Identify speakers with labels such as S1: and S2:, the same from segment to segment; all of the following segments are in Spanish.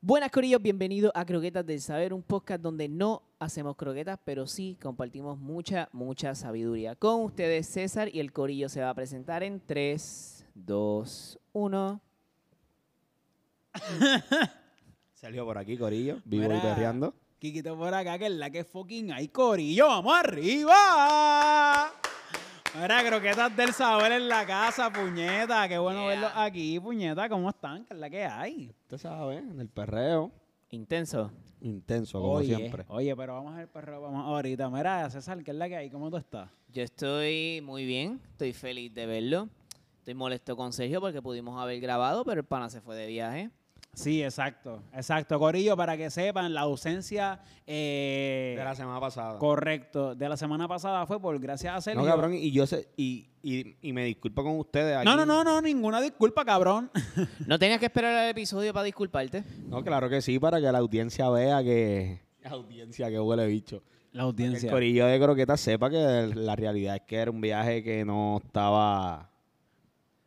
S1: Buenas Corillos, bienvenido a Croquetas del Saber, un podcast donde no hacemos croquetas, pero sí compartimos mucha, mucha sabiduría. Con ustedes César y el Corillo se va a presentar en 3, 2, 1.
S2: Sergio por aquí, Corillo, vivo y
S3: Mira,
S2: perreando.
S3: Quiquito por acá, que es la que fucking hay, corillo. ¡Vamos arriba! Mira, croquetas del sabor en la casa, puñeta. Qué bueno
S1: Yeah.
S3: verlos aquí, puñeta. ¿Cómo están? ¿Qué es la que hay?
S2: Usted sabe, en el perreo,
S1: Intenso.
S2: intenso como
S3: oye,
S2: siempre.
S3: oye, pero vamos al perro, vamos ahorita. Mira, César, ¿qué es la que hay? ¿Cómo tú estás?
S1: Yo estoy muy bien, estoy feliz de verlo. Estoy molesto con Sergio porque pudimos haber grabado, pero el pana se fue de viaje.
S3: Sí, exacto, exacto. Corillo, para que sepan, la ausencia eh,
S2: De la semana pasada.
S3: correcto de la semana pasada fue por gracias a Sergio.
S2: No, cabrón, y yo sé, y, y, y me disculpo con ustedes. aquí.
S3: no, no, no, no, ninguna disculpa, cabrón.
S1: No tengas que esperar al episodio para disculparte.
S2: No, claro que sí, para que la audiencia vea que. La audiencia que huele bicho.
S3: La
S2: Que el
S3: audiencia.
S2: corillo de croquetas sepa que la realidad es que era un viaje que no estaba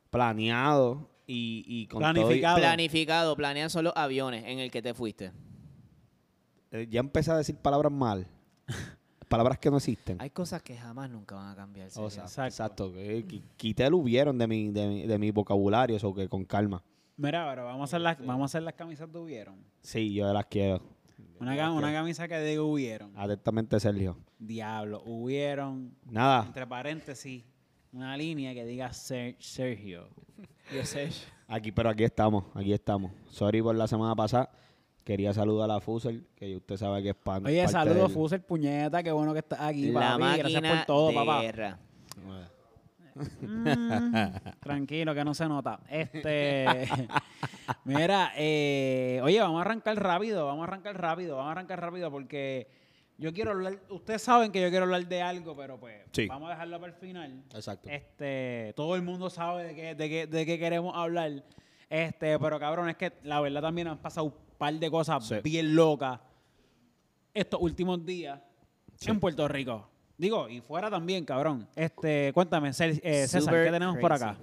S2: planeado y, y con todo y-
S1: Ah,
S3: Planificado. Claro.
S1: Planificado, planean solo aviones en el que te fuiste.
S2: Eh, ya empecé a decir palabras mal. palabras que no existen.
S1: Hay cosas que jamás nunca van a cambiar. Sergio.
S2: O sea,
S3: Exacto.
S2: exacto. que eh, qui- Quité el hubieron de mi, de, mi, de mi vocabulario, eso que con calma.
S3: Mira, pero vamos a hacer las, vamos a hacer las camisas de hubieron.
S2: Sí, yo las quiero.
S3: Una, ca- una camisa que diga hubieron.
S2: Ah. Atentamente, Sergio.
S3: Diablo, hubieron.
S2: Nada,
S3: Entre paréntesis, una línea que diga Ser- Sergio.
S1: Yo sé.
S2: aquí, pero aquí estamos, aquí estamos. Sorry por la semana pasada. Quería saludar a Fusel, que usted sabe que es pan.
S3: Oye,
S2: parte
S3: saludos,
S2: del-
S3: Fusel Puñeta. Qué bueno que estás aquí,
S1: La
S3: papi. Gracias
S1: máquina
S3: por todo,
S1: de
S3: papá.
S1: guerra.
S2: Eh,
S3: Mm, tranquilo, que no se nota. Este. Mira, eh, oye, vamos a arrancar rápido, vamos a arrancar rápido, vamos a arrancar rápido porque yo quiero hablar. Ustedes saben que yo quiero hablar de algo, pero pues
S2: Sí.
S3: vamos a dejarlo para el final.
S2: Exacto.
S1: Eh,
S3: Este, todo el mundo sabe de qué, de qué, de qué queremos hablar. Este, pero cabrón, es que la verdad también han pasado un par de cosas
S2: Sí.
S3: bien locas estos últimos días
S2: Sí.
S3: en Puerto Rico. Digo, y fuera también, cabrón. Este, cuéntame, Cel- eh, César,
S1: Super
S3: ¿qué tenemos por
S1: crazy.
S3: acá?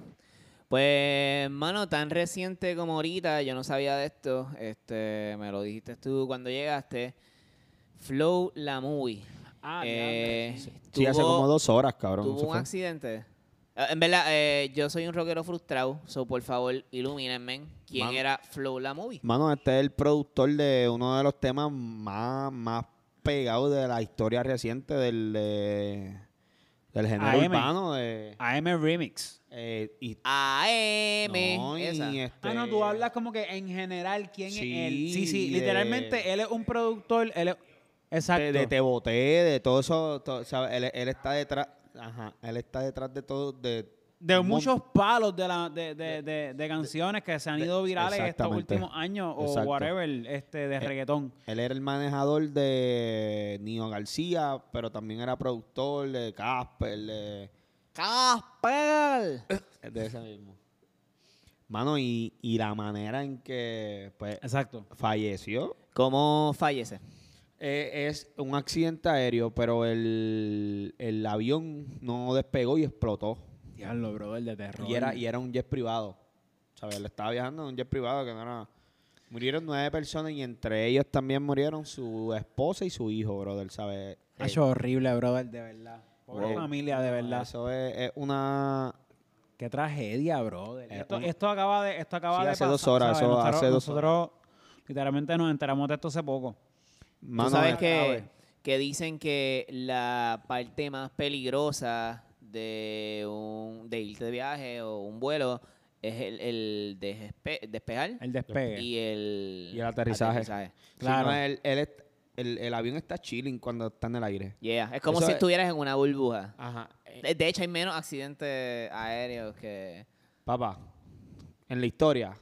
S1: Pues, mano, tan reciente como ahorita, yo no sabía de esto. Este, me lo dijiste tú cuando llegaste. Flow la movie.
S3: Ah,
S1: Eh,
S2: Sí, hace
S1: tuvo-
S2: como dos horas, cabrón.
S1: Tuvo
S2: eso
S1: un
S2: fue.
S1: accidente. Eh, En verdad, eh, yo soy un rockero frustrado, so por favor, ilumínenme quién
S2: Mano.
S1: era Flow la movie.
S2: Mano, este es el productor de uno de los temas más, más pegados de la historia reciente del, de- del género
S3: AM.
S2: urbano. De,
S3: AM Remix.
S2: eh, y
S1: AM.
S2: No, y
S1: esa.
S2: este-
S3: Ah, no, tú hablas como que en general quién
S2: Sí, eh,
S3: es él. Sí, sí,
S2: de-
S3: literalmente él es un productor, él es- Exacto.
S2: de, de Te Boté, de todo eso. todo- o sea, él, él está detrás. Ajá, él está detrás de todo. De,
S3: de
S2: un mon-
S3: muchos palos de, la, de, de, de- de canciones que se han ido virales estos
S2: exactamente.
S3: últimos años o
S2: Exacto. Eh,
S3: whatever este, de reggaetón.
S2: Él era el manejador de Nino García, pero también era productor de Casper, de,
S1: Casper.
S2: de ese mismo. Mano, y, y la manera en que pues,
S3: Exacto.
S2: falleció
S1: ¿Cómo fallece?
S2: eh, es un accidente aéreo, pero el, el avión no despegó y explotó.
S3: Diablo, brother, de terror.
S2: Y era, y era un jet privado. ¿Sabes? Él estaba viajando en un jet privado que no era. Murieron nueve personas y entre ellos también murieron su esposa y su hijo, brother, ¿sabes?
S3: Ha hecho horrible, brother, de verdad. Pobre
S2: Wow.
S3: familia, de verdad.
S2: Eso es, es una.
S3: Qué tragedia, brother.
S2: Eh,
S3: esto,
S2: uno-
S3: esto acaba de, esto acaba
S2: Sí,
S3: de
S2: hace
S3: pasar,
S2: dos horas,
S3: ¿sabes?
S2: eso
S3: nosotros,
S2: hace dos
S3: nosotros literalmente nos enteramos de esto hace poco.
S2: Mano, eh,
S1: Tú sabes
S2: es-
S1: que,
S3: grave.
S1: que dicen que la parte más peligrosa de, un, de irte de viaje o un vuelo es el, el desespe- despejar
S3: El despegue.
S1: y el,
S2: Y el aterrizaje.
S3: Claro.
S2: si no, él- él est- el, el avión está chilling cuando está en el aire.
S1: Yeah, Es como si
S2: Eso es- Ah, eh.
S1: estuvieras en una burbuja.
S2: Ajá.
S1: De, de hecho, hay menos accidentes aéreos que...
S2: Papá, en la historia,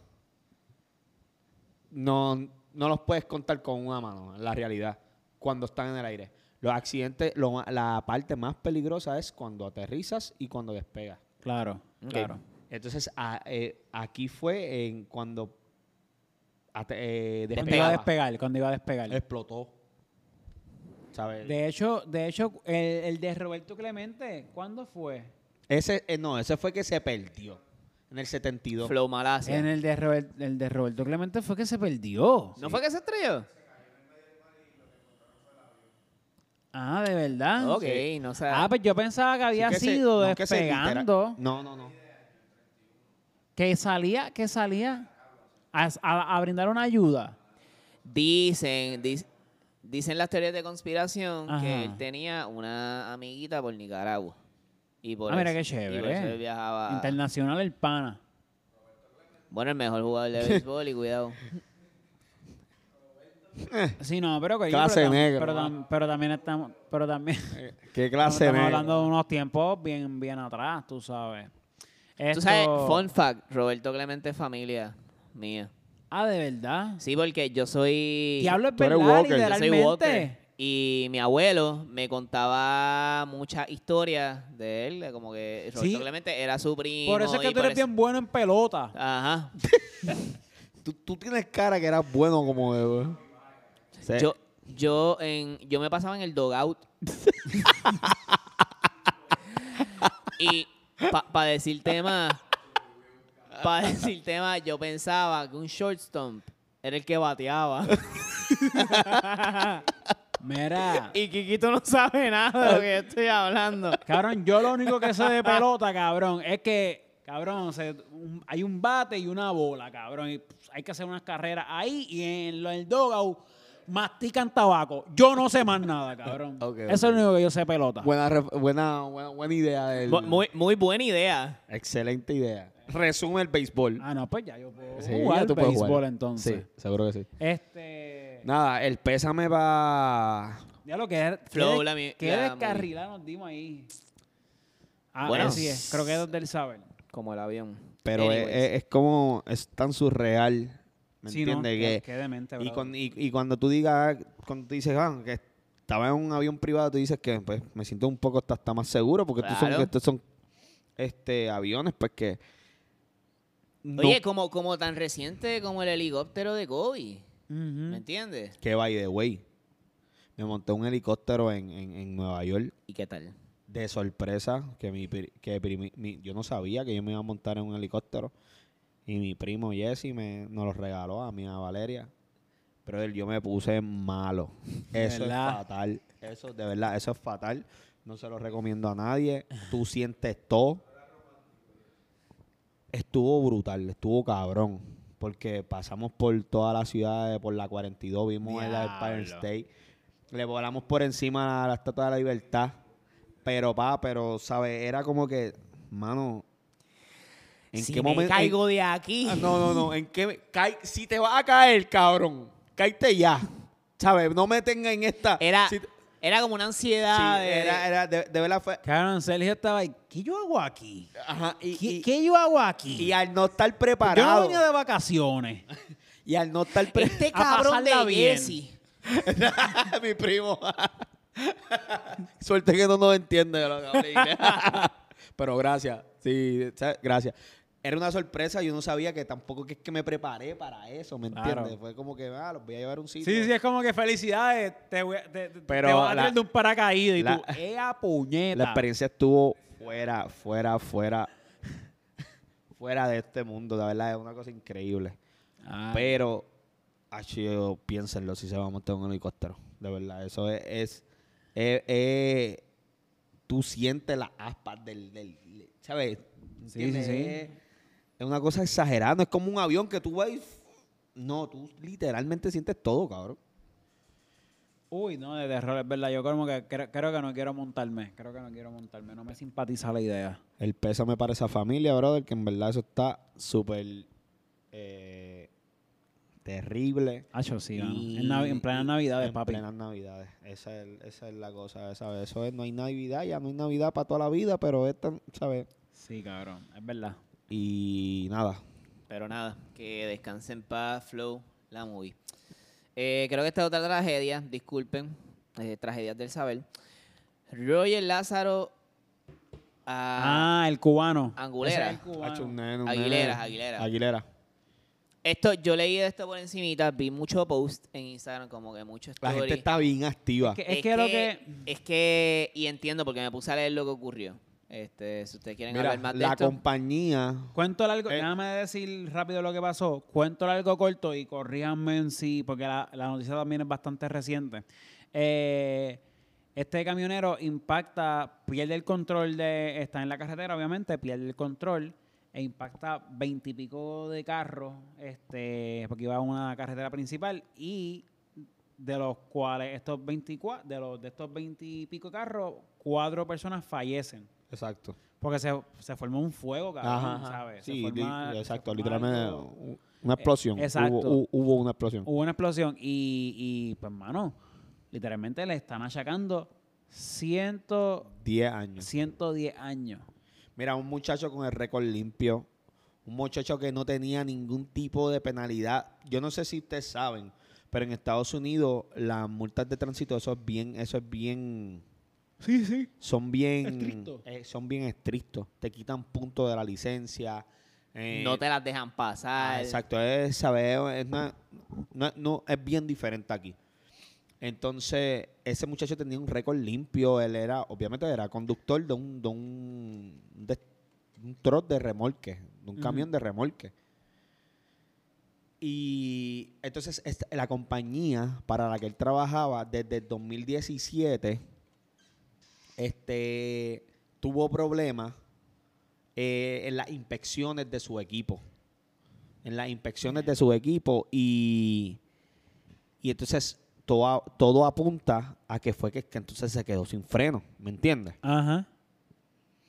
S2: no, no los puedes contar con una mano, en la realidad, cuando están en el aire. Los accidentes, lo ma- la parte más peligrosa es cuando aterrizas y cuando despegas.
S3: Claro,
S1: Ok.
S3: claro.
S2: Entonces, a- eh, aquí fue en cuando ate- eh,
S3: Cuando iba
S2: despegaba,
S3: a despegar, cuando iba a despegar.
S2: explotó. ¿Sabes?
S3: De hecho, de hecho, el, el de Roberto Clemente, ¿cuándo fue?
S2: Ese, eh, no, ese fue que se perdió. En el 72.
S1: Flow Malasia.
S3: En el de, Robert- el de Roberto Clemente fue que se perdió.
S1: ¿No fue que se estrelló?
S3: Ah, de verdad.
S1: Ok, no sé.
S3: Ah, pues yo pensaba que había
S2: Sí que se-
S3: sido
S2: no, que se litera-
S3: despegando.
S2: no, no, no.
S3: Que salía, que salía a, a- a brindar una ayuda. Ah,
S1: Dicen, dis- dicen las teorías de conspiración
S3: Ajá.
S1: que él tenía una amiguita por Nicaragua. Y por
S3: Ah, mira
S1: eso-
S3: qué
S1: y por
S3: chévere.
S1: eso él viajaba.
S3: Internacional el pana.
S1: Bueno, el mejor jugador de béisbol y cuidado.
S3: Sí, no, pero que
S2: Clase
S3: pero, tam-
S2: negra,
S3: pero,
S2: ¿no?
S3: tam- pero también estamos, pero también
S2: Eh, ¿Qué
S3: estamos
S2: clase de-
S3: hablando de unos tiempos bien, bien atrás, tú sabes.
S1: Tú sabes,
S3: Esto-
S1: fun fact, Roberto Clemente es familia mía.
S3: Ah, de verdad.
S1: Sí, porque yo soy...
S3: Diablo es
S2: Tú eres
S3: verdad,
S2: Walker.
S1: Yo soy Walker.
S3: literalmente.
S1: Y mi abuelo me contaba muchas historias de él, de como que Roberto
S3: Sí.
S1: Clemente era su primo.
S3: Por eso es
S1: y
S3: que tú
S1: por
S3: eres
S1: eso-
S3: bien bueno en pelota.
S1: Ajá.
S2: Tú, tú tienes cara que eras bueno como de. Sí.
S1: Yo, yo, en, yo me pasaba en el dogout. y para decirte más, para decirte más, yo pensaba que un short stomp era el que bateaba.
S3: Mira,
S1: y Kikito no sabe nada de lo que yo estoy hablando.
S3: cabrón, yo lo único que sé de pelota, cabrón, es que, cabrón, se- un- hay un bate y una bola, cabrón. y, pues, hay que hacer unas carreras ahí y en lo- el dogout mastican tabaco. Yo no sé más nada, cabrón.
S2: Ok,
S3: Eso es lo único que yo sé de pelota.
S2: Buena, ref- buena, buena, buena idea. Del...
S1: Bu- Muy, muy buena idea.
S2: Excelente idea. Resume el béisbol.
S3: Ah, no, pues ya yo puedo
S2: Sí,
S3: jugar
S2: ya tú puedes
S3: béisbol
S2: jugar.
S3: entonces.
S2: Sí, seguro que sí.
S3: Este.
S2: Nada, el pésame va.
S3: Ya lo que
S1: Flow,
S3: qué,
S1: la mi-
S3: qué
S1: la
S3: descarrilada nos dimos ahí. Ah,
S1: Bueno.
S3: así es. Creo que es del saber.
S1: Como el avión.
S2: Pero eh, es,
S1: Anyways.
S2: es- es como. Es tan surreal. ¿Me
S3: Sí, no,
S2: entiendes?
S3: qué-
S2: que,
S3: qué demente,
S2: y,
S3: brother.
S2: con- y- y cuando tú digas. Cuando tú dices, ah, que estaba en un avión privado, tú dices que pues, me siento un poco hasta, hasta más seguro porque estos son,
S1: Claro.
S2: estos son este, aviones, pues que. no-
S1: Oye, como, como tan reciente como el helicóptero de Kobe.
S3: Ujú.
S2: Mm.
S1: ¿Me entiendes?
S2: que by the way. Me monté un helicóptero en- en- en Nueva York.
S1: ¿Y qué tal?
S2: de sorpresa que mi, pri- que primi- mi- yo no sabía que yo me iba a montar en un helicóptero y mi primo Jesse me nos lo regaló a mí a Valeria pero él, yo me puse malo eso es
S3: verdad?
S2: fatal eso de verdad eso es fatal no se lo recomiendo a nadie tú sientes todo estuvo brutal estuvo cabrón porque pasamos por toda la ciudad eh, por la 42 vimos el Empire
S3: Diablo.
S2: State le volamos por encima a la Estatua de la Libertad pero pa, pero sabes, era como que, mano, ¿en
S1: si
S2: qué
S1: me
S2: momento?
S1: caigo de aquí.
S2: en- Ah, no, no, no, ¿en qué? me- cai- si te vas a caer, cabrón, cáete ya, sabes, no me tengas en esta.
S1: Era,
S2: si- sí,
S1: era como una ansiedad. de-
S2: era, era, de, de verdad fue.
S3: Cabrón, Sergio estaba ahí. ¿Qué yo hago aquí?
S2: Ajá, y,
S3: ¿Qué,
S2: y-
S3: qué yo hago aquí?
S2: y al no estar
S3: yo no
S2: preparado,
S3: venía de vacaciones.
S2: y al no estar preparado,
S1: Este
S3: A
S1: cabrón
S3: pasarla
S1: de
S3: bien.
S1: Jesse.
S2: mi primo. Suerte que no nos entiende de lo que hablé inglés. Pero gracias. Sí, ¿sabes? gracias. Era una sorpresa, yo no sabía que tampoco que es que me preparé para eso, ¿me
S3: Claro.
S2: entiendes? Fue como que, ah, los voy a llevar a un sitio.
S3: Sí, sí, es como que felicidades. Te, voy a- te, te-
S2: Pero
S3: te vas a
S2: la-
S3: traer de un paracaídas y
S2: la-
S3: tú, ¡ea puñeta!
S2: La experiencia estuvo fuera, fuera, fuera, fuera de este mundo, la verdad, es una cosa increíble.
S3: Ah,
S2: Pero, acho, piénsenlo si se va a montar en un helicóptero. De verdad, eso es. es- es- es- tú sientes las aspas del. del- le- ¿Sabes?
S3: Sí, sí,
S2: ¿Entiendes?
S3: sí.
S2: Es, es una cosa exagerada. No es como un avión que tú vas y- No, tú literalmente sientes todo, cabrón.
S3: Uy, no, de terror, es verdad. Yo como que creo, creo que no quiero montarme. Creo que no quiero montarme. No me simpatiza la idea.
S2: El pésame para esa familia, brother, que en verdad eso está súper. eh, terrible.
S3: Acho, sí,
S2: Y-
S3: mano. En, navi- en plena
S2: y-
S3: Navidad,
S2: en
S3: papi.
S2: plenas navidades. Esa es, esa es la cosa, ¿sabes? Eso es, no hay navidad, ya no hay navidad para toda la vida, pero esta, ¿sabes?
S3: Sí, cabrón, es verdad.
S2: Y nada.
S1: Pero nada, que descansen en paz, Flow, la movie. Eh, creo que esta es otra tragedia, disculpen, eh, tragedias del saber. Roger Lázaro a
S3: Ah, el cubano.
S1: Angulera.
S3: Ese es el cubano.
S2: Hacho, un nene, un
S1: Aguilera,
S2: nene.
S1: Aguilera.
S2: Aguilera.
S1: Esto, yo leí de esto por encimita, vi mucho post en Instagram, como que mucho
S2: La
S1: story.
S2: gente está bien activa.
S3: Es que- lo que-
S1: Es que, y entiendo porque me puse a leer lo que ocurrió. Este, si ustedes quieren
S2: Mira,
S1: hablar más de
S2: la
S1: esto.
S2: compañía.
S3: Cuento largo,
S2: Eh.
S3: déjame decir rápido lo que pasó. Cuento largo corto y corríjanme en sí, porque la, la noticia también es bastante reciente. Eh, este camionero impacta, pierde el control de. Está en la carretera, obviamente, pierde el control e impacta veintipico de carros, este, porque iba a una carretera principal y de los cuales estos 24, de los de estos veintipico carros, cuatro personas fallecen.
S2: Exacto.
S3: Porque se, se formó un fuego, cabrón,
S2: Ajá, ajá.
S3: ¿sabes? Se
S2: Sí, li-
S3: forma- se
S2: exacto.
S3: forma
S2: Literalmente
S3: algo.
S2: u- una explosión.
S3: exacto.
S2: Hubo, hu- hubo una explosión.
S3: Hubo una explosión y, y, pues, mano, literalmente le están achacando ciento,
S2: 10 años.
S3: 110 años.
S2: Mira, un muchacho con el récord limpio. Un muchacho que no tenía ningún tipo de penalidad. Yo no sé si ustedes saben, pero en Estados Unidos las multas de tránsito, eso es bien, eso es bien,
S3: Sí, sí.
S2: son bien,
S3: Estricto.
S2: eh, son bien estrictos. Te quitan puntos de la licencia. eh,
S1: no te las dejan pasar.
S2: Ah, exacto, es saber, es, una- una- no, es bien diferente aquí. Entonces, ese muchacho tenía un récord limpio, él era, obviamente era conductor de un, de un, de un trot de remolque, de un
S3: Ujú.
S2: camión de remolque. Y entonces esta- la compañía para la que él trabajaba desde el 2017 este, tuvo problemas eh, en las inspecciones de su equipo. En las inspecciones de su equipo y, y entonces todo, a- todo apunta a que fue que, que entonces se quedó sin freno, ¿me entiendes?
S3: Ajá.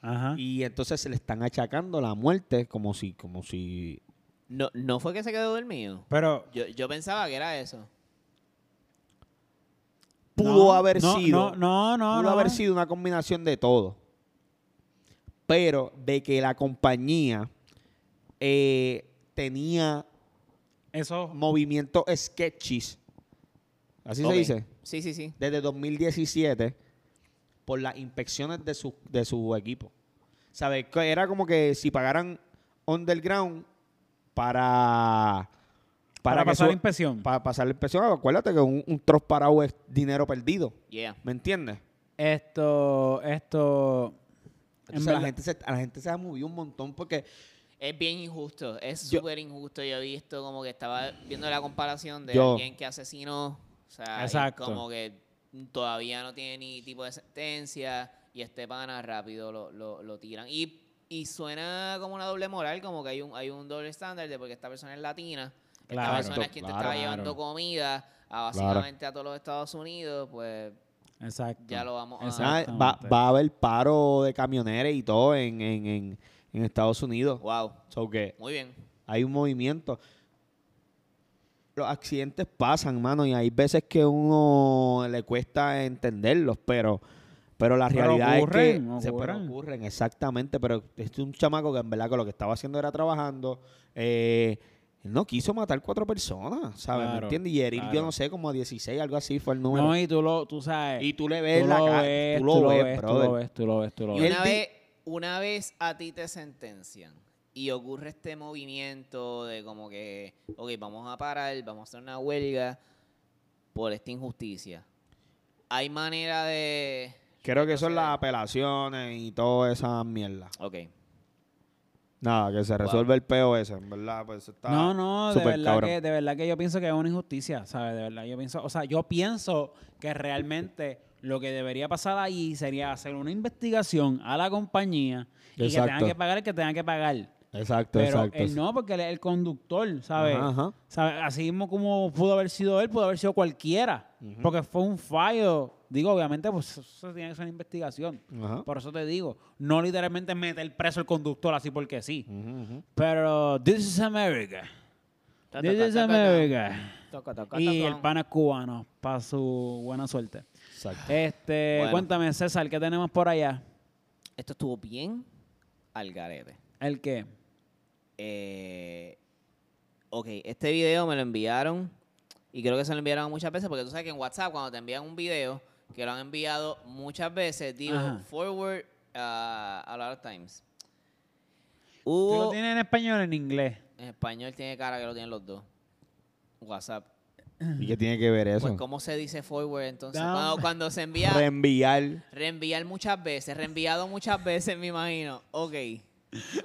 S3: Ajá.
S2: Y entonces se le están achacando la muerte como si, como si
S1: No, no fue que se quedó dormido.
S3: Pero
S1: Yo, yo pensaba que era eso.
S2: pudo
S3: no,
S2: haber
S3: no,
S2: sido.
S3: No, no, no.
S2: pudo
S3: no.
S2: haber sido una combinación de todo. Pero de que la compañía eh, tenía
S3: Eso.
S2: movimientos sketches. Así
S1: Ok.
S2: se dice.
S1: Sí, sí, sí.
S2: Desde 2017 por las inspecciones de su, de su equipo. ¿Sabes? Que Era como que si pagaran underground para...
S3: Para,
S2: que
S3: pasar
S2: su-
S3: la inspección.
S2: para pasar la inspección. Acuérdate que un, un troz parado es dinero perdido.
S1: Yeah.
S2: ¿Me entiendes?
S3: Esto, esto. En
S2: Entonces, a, la
S3: verdad-
S2: gente se, a la gente se ha movido un montón porque
S1: Es bien injusto. Es
S2: Yo-
S1: súper injusto. Yo he visto como que estaba viendo la comparación de
S2: Yo-
S1: alguien que asesinó. O sea, y
S3: Exacto.
S1: como que todavía no tiene ni tipo de sentencia. Y este pana rápido lo, lo, lo tiran. Y, y suena como una doble moral, como que hay un, hay un doble estándar de porque esta persona es latina.
S3: Claro.
S1: esta persona es quien te
S2: Claro.
S1: estaba llevando comida a básicamente a todos los Estados Unidos, pues
S3: Exacto.
S1: ya lo vamos a-
S2: ah,
S3: Exactamente.
S2: va, va a haber paro de camioneros y todo en, en, en, en Estados Unidos.
S1: wow.
S2: So que
S1: Muy bien.
S2: hay un movimiento. Los accidentes pasan, mano, y hay veces que uno le cuesta entenderlos, pero, pero la
S3: Pero
S2: realidad es que
S3: ocurren,
S2: se pero
S3: ocurren.
S2: ocurren, exactamente. Pero es un chamaco que en verdad que lo que estaba haciendo era trabajando. eh, él no quiso matar cuatro personas, ¿sabes? ¿Me
S3: Claro,
S2: entiendes? Y herir, yo
S3: claro.
S2: no sé, como a 16, algo así fue el número.
S3: No, y tú lo, tú sabes.
S2: Y tú le
S3: tú
S2: ves la
S3: lo
S2: cara.
S3: ves,
S2: tú lo ves,
S3: tú
S2: brother.
S3: lo ves, tú lo ves, tú lo
S1: Y
S2: Él
S3: ves.
S1: una
S2: di-
S1: vez, una vez a ti te sentencian y ocurre este movimiento de como que, ok, vamos a parar, vamos a hacer una huelga por esta injusticia. Hay manera de...
S2: Creo que son
S1: Entonces-
S2: las apelaciones y toda esa mierda.
S1: Ok.
S2: Nada, que se resuelve el peo ese, en verdad. Pues está
S3: No, no, de
S2: súper
S3: verdad,
S2: cabrón.
S3: que, de verdad que yo pienso que es una injusticia, ¿sabes? De verdad, yo pienso, o sea, yo pienso que realmente lo que debería pasar ahí sería hacer una investigación a la compañía y que tengan
S2: Exacto.
S3: que pagar el que tengan que pagar.
S2: Exacto,
S3: Pero
S2: exacto.
S3: él no, porque él es el conductor, ¿sabes?
S2: Ajá, ajá.
S3: ¿Sabe? Así mismo como pudo haber sido él, pudo haber sido cualquiera, porque fue un fallo. Digo, obviamente, pues eso tiene que ser una investigación.
S2: Ajá.
S3: Por eso te digo, no literalmente meter preso al conductor así porque sí.
S2: Ujú, ujú.
S3: Pero this is America.
S1: Ta, ta,
S3: This
S1: ta,
S3: is
S1: ta, ta, ta.
S3: America.
S1: Toca, toca,
S3: Y
S1: toca.
S3: el pana es cubano, para su buena suerte.
S2: Exacto.
S3: Este,
S1: Bueno.
S3: cuéntame, César, ¿qué tenemos por allá?
S1: Esto estuvo bien al garete.
S3: ¿El qué?
S1: Eh, ok, este video me lo enviaron y creo que se lo enviaron muchas veces porque tú sabes que en WhatsApp cuando te envían un video que lo han enviado muchas veces, digo
S3: Ajá.
S1: forward ah, a lot of times.
S3: ¿Tú
S1: Hubo,
S3: lo tienes en español o en inglés?
S1: en español tiene cara que lo tienen los dos. WhatsApp.
S2: ¿Y qué tiene que ver eso?
S1: Pues, ¿cómo se dice forward entonces?
S3: Down.
S1: Cuando, cuando se envía.
S2: Reenviar.
S1: Reenviar muchas veces, reenviado muchas veces, me imagino. Ok.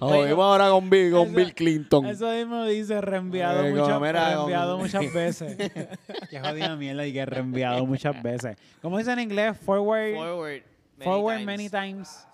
S2: Jodimos ahora con Bill, con
S3: Eso-
S2: Bill Clinton.
S3: Eso mismo dice reenviado,
S1: Eh,
S2: Ay,
S3: muchas-
S2: como mira,
S3: reenviado
S2: como-
S3: muchas veces. qué jodida mierda y que reenviado muchas veces. Como dice en inglés, forward, forward,
S1: Forward. Many
S3: many,
S1: times.
S3: times.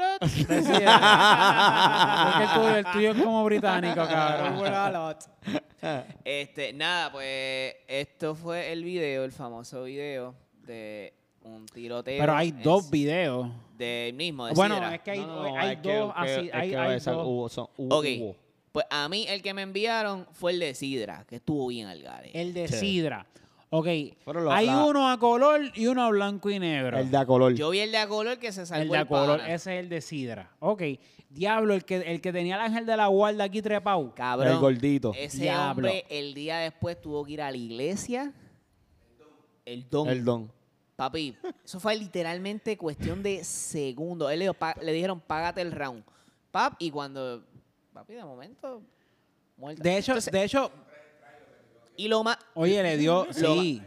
S3: a lot. Te decía. Porque el tuyo, el tuyo es como británico, cabrón. Forward a lot.
S1: Este, nada, pues esto fue el video, el famoso video de un tiroteo.
S3: Pero hay
S1: en-
S3: dos videos.
S1: Del mismo, de
S3: Bueno,
S1: Sidra.
S3: es que hay,
S2: No, no, no,
S3: hay
S2: es que-
S3: dos
S2: es que-
S3: así.
S2: es
S3: hay,
S2: que
S3: hay
S2: esa-
S3: dos.
S2: hubo- son- hubo-
S1: Ok.
S2: hubo.
S1: Pues a mí el que me enviaron fue el de Sidra, que estuvo bien al gare.
S3: El de
S2: Sí.
S3: sidra. Ok.
S2: Fueron los-
S3: hay
S2: la-
S3: uno a color y uno a blanco y negro.
S2: El da color.
S1: Yo vi el de a color que se salvó
S3: El
S1: el,
S3: de color,
S1: pana.
S3: ese es el de Sidra. Ok. Diablo, el que, el que tenía el ángel de la guarda aquí trepado.
S1: Cabrón.
S2: el gordito.
S1: Ese
S3: Diablo.
S1: hombre el día después tuvo que ir a la iglesia. El don.
S2: El don.
S1: Papi, eso fue literalmente cuestión de segundos. Él le, dijo, "Pa- le dijeron, págate el round. Pap, y cuando. Papi, de momento. Muerta.
S3: De hecho,
S1: Entonces,
S3: de hecho,
S1: y lo más.
S3: oye, le dio.
S1: Lo-
S3: Sí.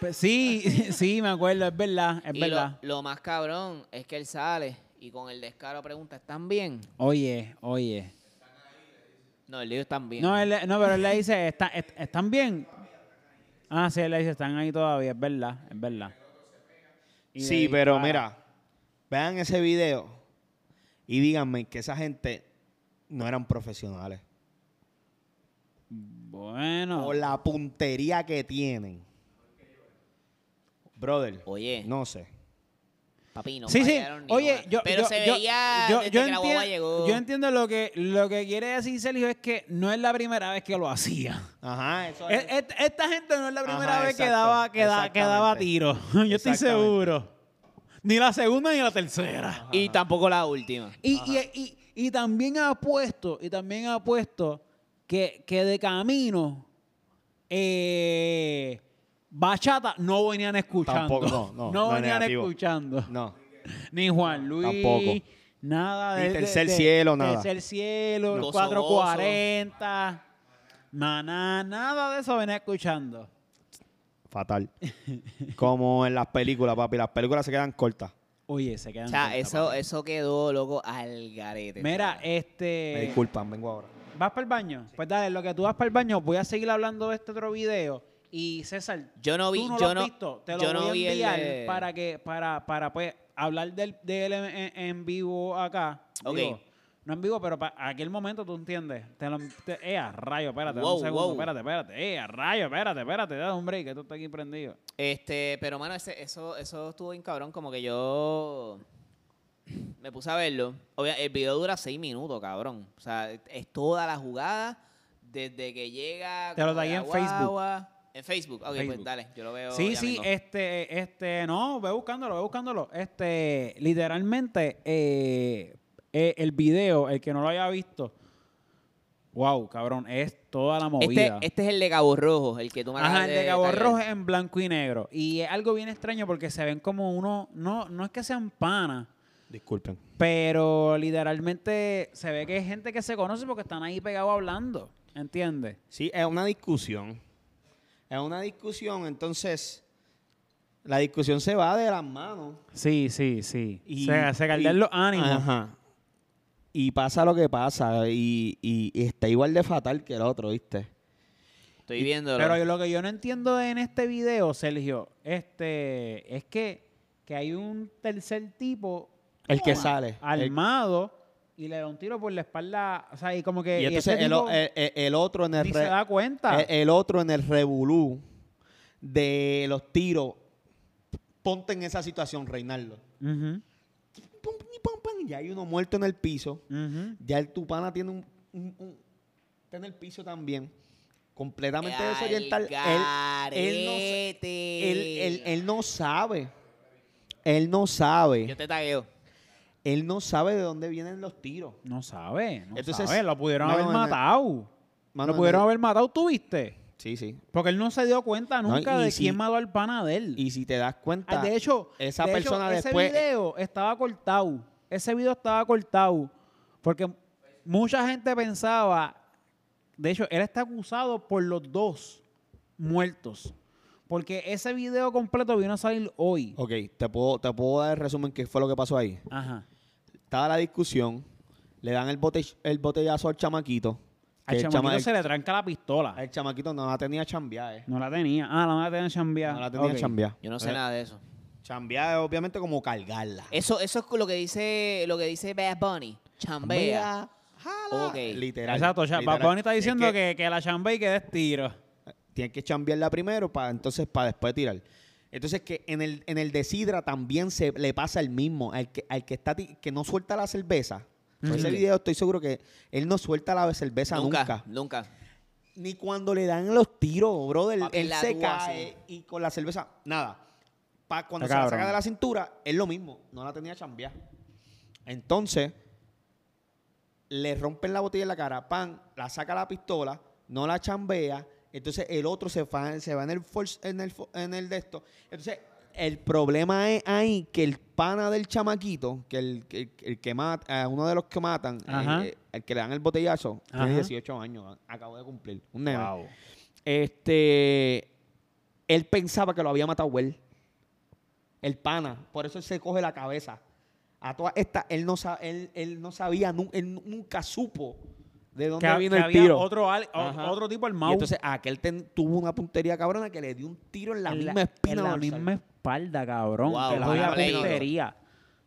S3: Pe- Sí, sí, me acuerdo, es verdad, es
S1: y lo,
S3: verdad.
S1: lo más cabrón es que él sale y con el descaro pregunta, ¿están bien?
S3: Oye, oye.
S1: No, él dijo, están bien.
S3: No, él le- no, pero él le dice, "Está- est- ¿están bien? Ah, sí, él le dice, están ahí todavía, es verdad, es verdad. Y
S2: Sí,
S3: le
S2: pero
S3: dispara.
S2: mira, vean ese video y díganme que esa gente no eran profesionales.
S3: Bueno.
S2: O la puntería que tienen. Brother,
S1: Oye,
S2: no sé.
S1: papi, no
S3: sí, sí.
S1: fallaron ni
S3: Oye,
S1: una.
S3: yo,
S1: Pero
S3: yo-
S1: se
S3: yo-
S1: veía
S3: yo-
S1: desde
S3: yo
S1: que la
S3: entien-
S1: boba llegó.
S3: yo entiendo lo que, lo que quiere decir Sergio es que no es la primera vez que lo hacía.
S2: Ajá, eso
S3: Es- es- esta gente no es la primera
S2: Ajá,
S3: vez que
S2: exacto,
S3: daba, que da- que daba
S2: exactamente.
S3: tiros. Yo estoy
S2: Exactamente.
S3: seguro. Ni la segunda ni la tercera.
S1: Y tampoco la última.
S3: Y, y- y- y también ha puesto, y también ha puesto que, que de camino eh, bachata no venían escuchando.
S2: Tampoco, no, no, no es
S3: venían
S2: negativo.
S3: escuchando.
S2: No.
S3: Ni Juan Luis.
S2: Tampoco.
S3: Nada
S2: Ni
S3: de. de-
S2: Tercer
S3: de-
S2: Cielo, nada.
S3: Tercer cielo,
S1: Gozo,
S3: 440. Maná, nada de eso venía escuchando.
S2: Fatal. Como en las películas, papi. Las películas se quedan cortas.
S3: Oye, se quedan.
S1: O sea,
S3: cortas,
S1: eso,
S3: papi.
S1: eso quedó, loco, al garete.
S3: Mira,
S2: Me
S3: este.
S2: disculpan, vengo ahora.
S3: ¿Vas para el baño? Pues dale, lo que tú vas para el baño, voy a seguir hablando de este otro video. Y César,
S1: Yo no vi,
S3: tú no
S1: yo
S3: lo
S1: no,
S3: has visto. Te lo
S1: yo no
S3: voy
S1: vi
S3: a
S1: el
S3: enviar
S1: de-
S3: para que, para, para pues, hablar del, de él en, en- en vivo acá.
S1: Ok.
S3: Digo, no en vivo, pero para aquel momento tú entiendes. Te lo, te- eh, a rayo, espérate,
S1: Wow,
S3: un segundo,
S1: wow.
S3: espérate, espérate. Eh, a rayo, espérate, espérate, dame un break, que tú estás aquí prendido.
S1: Este, pero mano, ese- eso, eso estuvo bien cabrón, como que yo me puse a verlo. Obvia- el video dura seis minutos, cabrón. O sea, es toda la jugada desde que llega.
S3: Te lo
S1: como
S3: tagué
S1: la
S3: en Facebook.
S1: guagua. En Facebook, ok,
S3: Facebook.
S1: pues dale, yo lo veo.
S3: Sí,
S1: ya
S3: sí,
S1: mismo.
S3: este, este, no, ve buscándolo, ve buscándolo. Este, literalmente, eh, eh, el video, el que no lo haya visto, wow, cabrón, es toda la
S1: Este,
S3: movida.
S1: este es el de Cabo Rojo, el que tú me
S3: Ajá,
S1: acabas
S3: el de Cabo
S1: taguear.
S3: Rojo eh, es en blanco y negro. Y es algo bien extraño porque se ven como uno, no, no es que sean panas,
S2: Disculpen.
S3: pero literalmente se ve que hay gente que se conoce porque están ahí pegados hablando, ¿entiendes?
S2: Sí, es una discusión. Es una discusión, entonces la discusión se va de las manos.
S3: Sí, sí, sí.
S2: Y,
S3: se se caldean
S2: y-
S3: los ánimos.
S2: Ajá. Y pasa lo que pasa. Y, y- y está igual de fatal que el otro, ¿viste?
S1: Estoy viéndolo.
S3: Pero lo que yo no entiendo en este video, Sergio, este, es que, que hay un tercer tipo
S2: El que
S3: toma,
S2: sale. El-
S3: armado y le da un tiro por la espalda. O sea, y como que
S2: y
S3: y
S2: entonces
S3: este
S2: el,
S3: tipo
S2: o- el- el- el otro en el,
S3: ni
S2: re- eh,
S3: se da cuenta.
S2: el, el otro en el revolú de los tiros. Ponte en esa situación, Reinaldo.
S3: Ujú,
S2: Pum, pum, pum, pum, Ya hay uno muerto en el piso.
S3: ujú.
S2: Ya el Tupana tiene un, un- un- está en el piso también. Completamente
S1: Al
S2: desorientado. Él, él no, sa-
S1: garete.
S2: él- él- él no sabe. Él no sabe.
S1: Yo te tagueo.
S2: Él no sabe de dónde vienen los tiros.
S3: No sabe, no
S2: Entonces,
S3: sabe. Lo pudieron
S2: no,
S3: haber
S2: no, no.
S3: matado.
S2: Mano,
S3: lo pudieron
S2: no-
S3: haber matado, ¿tú viste?
S2: Sí, sí.
S3: Porque él no se dio cuenta
S2: No,
S3: nunca
S2: y
S3: de
S2: si-
S3: quién mató al pana de él.
S2: Y si te das
S3: Ah,
S2: cuenta,
S3: de hecho,
S2: esa
S3: de hecho,
S2: persona
S3: ese
S2: después-
S3: video estaba cortado. Ese video estaba cortado porque mucha gente pensaba De hecho, él está acusado por los dos muertos. Porque ese video completo vino a salir hoy.
S2: Ok, te puedo, te puedo dar el resumen qué fue lo que pasó ahí.
S3: Ajá.
S2: Estaba la discusión, le dan el, bote- el botellazo al chamaquito. que
S3: Al
S2: el,
S3: chamaquito
S2: chama- el-
S3: se le tranca la pistola.
S2: el chamaquito no la tenía chambeada, eh.
S3: No la tenía. Ah, no la tenía chambeada.
S2: No la tenía
S3: Ok.
S2: chambeada.
S1: Yo no sé nada de eso.
S2: Chambeada es obviamente como cargarla.
S1: Eso, eso es lo que dice, lo que dice Bad Bunny. Chambea.
S2: Jala.
S1: Ok.
S2: Literal.
S3: Exacto, cha-
S2: literal.
S3: Bad Bunny está
S2: Tienes
S3: diciendo que, que la chambea y que des tiro.
S2: Tienes que chambearla primero para entonces para después tirar. Entonces que en el, en el desidra también se le pasa el mismo. Al que, al que está ti- que no suelta la cerveza. Por ese
S3: Ujú.
S2: video estoy seguro que él no suelta la cerveza nunca.
S1: Nunca, nunca.
S2: Ni cuando le dan los tiros, brother.
S1: Papi,
S2: él
S1: la
S2: se
S1: dúa,
S2: cae
S1: sí.
S2: y con la cerveza. Nada. Pa- cuando
S3: Está
S2: se la
S3: cabrón.
S2: saca de la cintura, es lo mismo. No la tenía chambeada. Entonces, le rompen la botella en la cara, pan, la saca la pistola, no la chambea, entonces el otro se va, se va en el force- en el, fo- en el de esto. Entonces, el problema es ahí que el pana del chamaquito, que el, que- el, que mata, eh, uno de los que matan, eh,
S3: Ajá.
S2: eh, el que le dan el botellazo,
S3: Ajá.
S2: tiene 18 años, acabo de cumplir, un nene.
S3: Wow.
S2: Este, él pensaba que lo había matado él. El pana. Por eso él se coge la cabeza. A todas estas, él no, sa- él, él no sabía, nu- él nu- nunca supo de dónde
S3: Que,
S2: vino
S3: que
S2: el
S3: había
S2: tiro.
S3: Otro, al- o-
S2: Ajá.
S3: otro tipo
S2: y
S3: armado.
S2: entonces aquel ten- tuvo una puntería cabrona que le dio un tiro en la
S3: en
S2: misma
S3: la-
S2: espina.
S3: En la
S2: dorsal.
S3: misma espalda, cabrón.
S1: Wow,
S3: que
S2: la
S3: jodida
S2: play.
S3: puntería.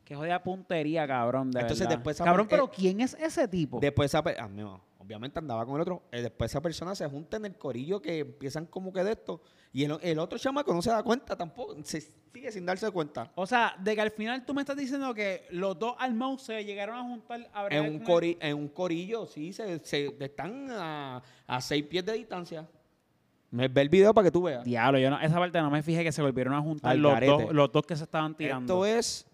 S3: Que jodida puntería, cabrón. De
S2: Entonces,
S3: verdad.
S2: después esa-
S3: Cabrón,
S2: eh,
S3: pero ¿quién es ese tipo?
S2: Después esa pe- ah, no, obviamente andaba con el otro. Eh, después esa persona se junta en el corillo que empiezan como que de esto. Y el, el otro chamaco no se da cuenta tampoco. Se sigue sin darse cuenta.
S3: O sea, de que al final tú me estás diciendo que los dos armados se llegaron a juntar a bregar
S2: En un,
S3: con
S2: cori-
S3: el-
S2: en un corillo, sí, se, se- están a, a seis pies de distancia. Me ve el video para que tú veas.
S3: Diablo, yo no, esa parte no me fijé que se volvieron a juntar
S2: Al
S3: los
S2: garete.
S3: dos, los dos que se estaban
S2: Esto
S3: tirando.
S2: es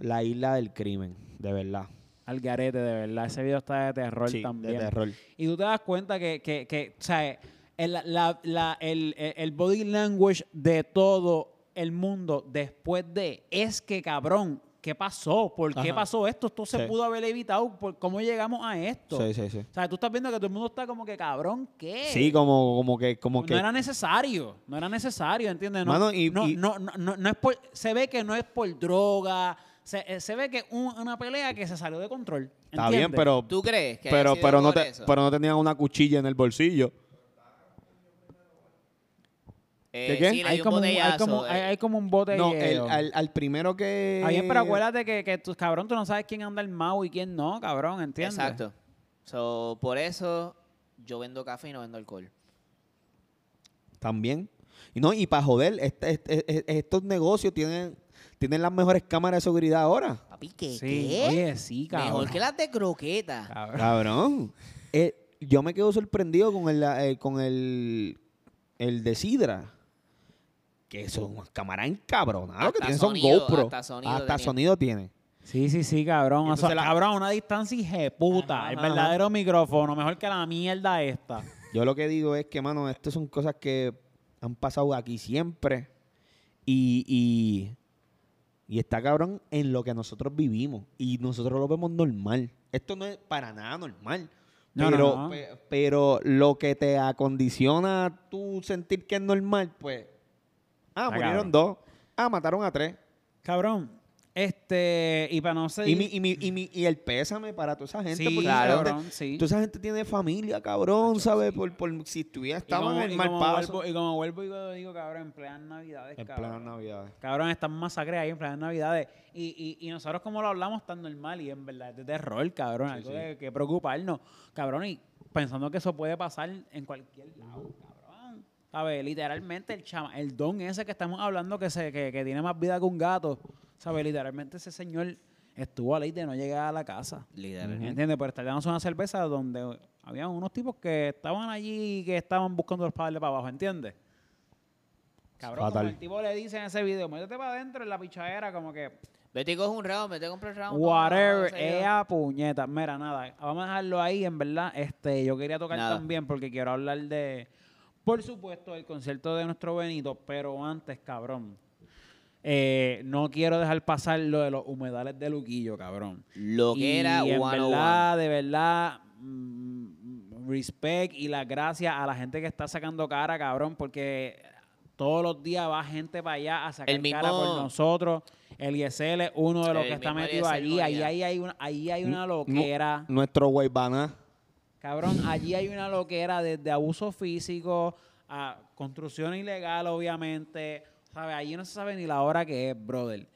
S2: la isla del crimen, de verdad.
S3: Al garete, de verdad. Ese video está de terror
S2: Sí,
S3: también.
S2: de terror.
S3: Y tú te das cuenta que, que, que o sea, el, la- la- el- el- el body language de todo el mundo después de es que cabrón, ¿qué pasó? ¿Por qué
S2: Ajá.
S3: pasó esto? Esto se
S2: Sí.
S3: pudo haber evitado. ¿Por ¿Cómo llegamos a esto?
S2: Sí, sí, sí.
S3: O sea, tú estás viendo que todo el mundo está como que cabrón, ¿qué?
S2: Sí, como, como que, como
S3: no
S2: que.
S3: era necesario, no era necesario, ¿entiendes? No,
S2: Mano, y-
S3: no,
S2: y-
S3: no, no, no- no es por, se ve que no es por droga, se, eh, se ve que es una pelea que se salió de control.
S2: está bien,
S3: ¿entiendes?
S2: pero.
S1: ¿Tú crees que haya
S2: Pero,
S1: sido
S2: pero, no
S1: por
S2: te-
S1: eso?
S2: pero no tenía una cuchilla en el bolsillo.
S1: Eh,
S2: ¿Qué, qué?
S1: sí, le
S3: hay
S1: dio un
S3: como, un- hay,
S1: botellazo,
S3: como, hay,
S1: eh.
S3: hay como un bote
S2: No,
S3: de
S2: el-
S3: hielo.
S2: al, eh, al primero que.
S3: Está bien, pero acuérdate que, que tú, cabrón, tú no sabes quién anda el mau y quién no, cabrón, ¿entiendes?
S1: Exacto. So, por eso yo vendo café y no vendo alcohol.
S2: También. Y no, y para joder, este- este- este- estos negocios tienen, tienen las mejores cámaras de seguridad ahora.
S1: Papi, ¿qué?
S3: Sí,
S1: ¿Qué?
S3: oye, sí, cabrón.
S1: Mejor que las de croqueta.
S3: Cabrón.
S2: Cabrón. Eh, yo me quedo sorprendido con el, eh, con el, el de Sidra. Que son unas cámaras encabronadas. Lo que
S1: Hasta
S2: tienen son
S1: sonido,
S2: GoPro.
S1: hasta sonido
S2: Hasta
S1: tenía.
S2: sonido tiene.
S3: Sí, sí, sí, cabrón. O sea,
S2: Entonces la-
S3: Cabrón, a una distancia hijeputa.
S2: Ajá,
S3: el
S2: ajá.
S3: verdadero micrófono, mejor que la mierda esta.
S2: Yo lo que digo es que, mano, estas son cosas que han pasado aquí siempre. Y, y, y está cabrón en lo que nosotros vivimos. Y nosotros lo vemos normal. Esto no es para nada normal.
S3: No, no,
S2: pero,
S3: no.
S2: pe- pero lo que te acondiciona a tú sentir que es normal, pues. Ah,
S3: Está
S2: murieron
S3: cabrón.
S2: dos. Ah, mataron a tres.
S3: Cabrón, este, y para no ser...
S2: Y, mi, y, mi, y, mi- y el pésame para toda esa gente.
S3: sí,
S2: porque
S3: claro,
S2: esa gente-
S3: cabrón, sí.
S2: Toda esa gente tiene familia, cabrón,
S3: Macho,
S2: ¿sabes?
S3: sí.
S2: Por, por, si estuviera,
S3: Y como-
S2: estaba en
S3: y
S2: el mal
S3: como
S2: paso.
S3: vuelvo- y como vuelvo y digo, digo, cabrón, en plenas navidades,
S2: En
S3: este cabrón.
S2: plena Navidad.
S3: Cabrón, estas masacres ahí en plenas navidades. Y, y, y nosotros como lo hablamos tan normal y en verdad es de terror, cabrón. algo
S2: sí.
S3: de que preocuparnos, cabrón. Y pensando que eso puede pasar en cualquier lado, cabrón. ¿Sabes? Literalmente el chama, el don ese que estamos hablando que, se, que, que tiene más vida que un gato. ¿Sabes? Literalmente ese señor estuvo a ley de no llegar a la casa.
S1: Literal.
S3: ¿Entiendes? Por estar dándose una cerveza donde había unos tipos que estaban allí y que estaban buscando los padres para abajo, ¿entiendes? Cabrón,
S2: Fatal.
S3: como el tipo le dice en ese video, métete para adentro en la pichadera, como que,
S1: Vete y coge un round, vete a comprar round.
S3: whatever, eh,
S1: toma, qué sé yo.
S3: ea puñeta. Mira, nada, vamos a dejarlo ahí, en verdad. Este, yo quería tocar
S1: Nada.
S3: también porque quiero hablar de, por supuesto, el concierto de nuestro Benito, pero antes, cabrón. eh, no quiero dejar pasar lo de los humedales de Luquillo, cabrón
S1: Lo que era
S3: y en
S1: 101.
S3: verdad, de verdad, mm, respect y las gracias a la gente que está sacando cara, cabrón, porque todos los días va gente para allá a sacar
S1: El mismo-
S3: cara por nosotros. El ISL es uno de los
S1: El
S3: que está
S1: mismo
S3: metido
S1: Eliezer
S3: allí. Ahí,
S1: Molina.
S3: ahí hay una, ahí hay una
S2: Nu-
S3: loquera.
S2: Nuestro Guaybaná.
S3: Cabrón, allí hay una loquera desde abuso físico a construcción ilegal, obviamente. ¿Sabes? Allí no se sabe ni la hora que es, brother.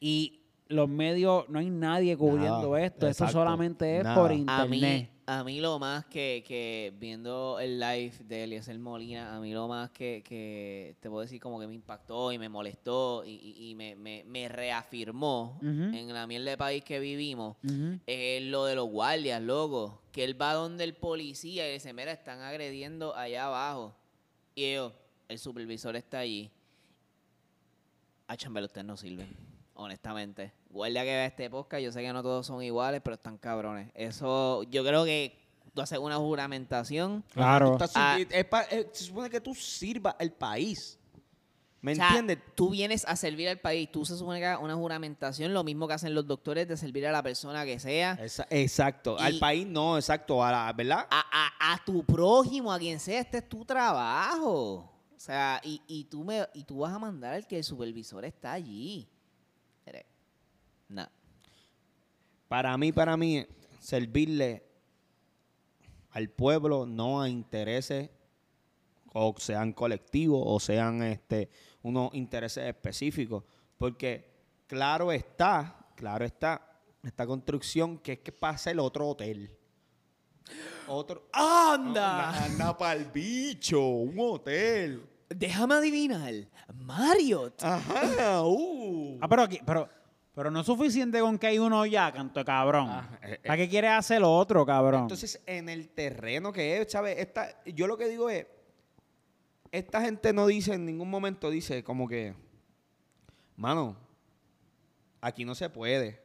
S3: Y los medios, no hay nadie cubriendo
S2: Nada,
S3: esto. Esto
S2: exacto,
S3: solamente es
S2: nada.
S3: por
S2: A mí-
S1: A mí,
S3: internet.
S1: a mí lo más que, que viendo el live de Eliezer Molina, a mí lo más que, que te puedo decir como que me impactó y me molestó y, y- y me, me- me reafirmó
S3: Ujú.
S1: en la mierda de país que vivimos
S3: Ujú.
S1: es lo de los guardias, loco. Que él va donde el policía y dice, mira, están agrediendo allá abajo. Y ellos, el supervisor está allí. A chambelo, ustedes no sirven, honestamente. Guardia que vea este podcast, yo sé que no todos son iguales, pero están cabrones. Eso, yo creo que tú haces una juramentación.
S3: Claro.
S2: Estás
S1: Ah.
S2: sirvi- es pa- eh, se supone que tú sirvas al país. ¿Me
S1: O sea,
S2: entiendes?
S1: Tú vienes a servir al país, tú se supone que hagas una juramentación, lo mismo que hacen los doctores de servir a la persona que sea.
S2: Esa- exacto. al
S1: Y-
S2: país no, exacto. A la, ¿Verdad?
S1: a, a- a tu prójimo, a quien sea, este es tu trabajo. O sea, y, y tú, me, y tú vas a mandar al que el supervisor está allí. Mire, No.
S2: Para mí, para mí, servirle al pueblo no a intereses o sean colectivos o sean este unos intereses específicos, porque claro está, claro está esta construcción que es que pase el otro hotel. Otro anda, anda para el bicho, un hotel.
S1: Déjame adivinar. Marriott.
S2: Ajá, uh.
S3: Ah, pero, aquí- pero, pero no es suficiente con que hay uno ya, canto de cabrón.
S2: Ah, eh,
S3: ¿Para qué quieres hacer lo otro, cabrón?
S2: Entonces, en el terreno que es, ¿sabes? Esta, yo lo que digo es, esta gente no dice en ningún momento, dice como que, mano, aquí no se puede.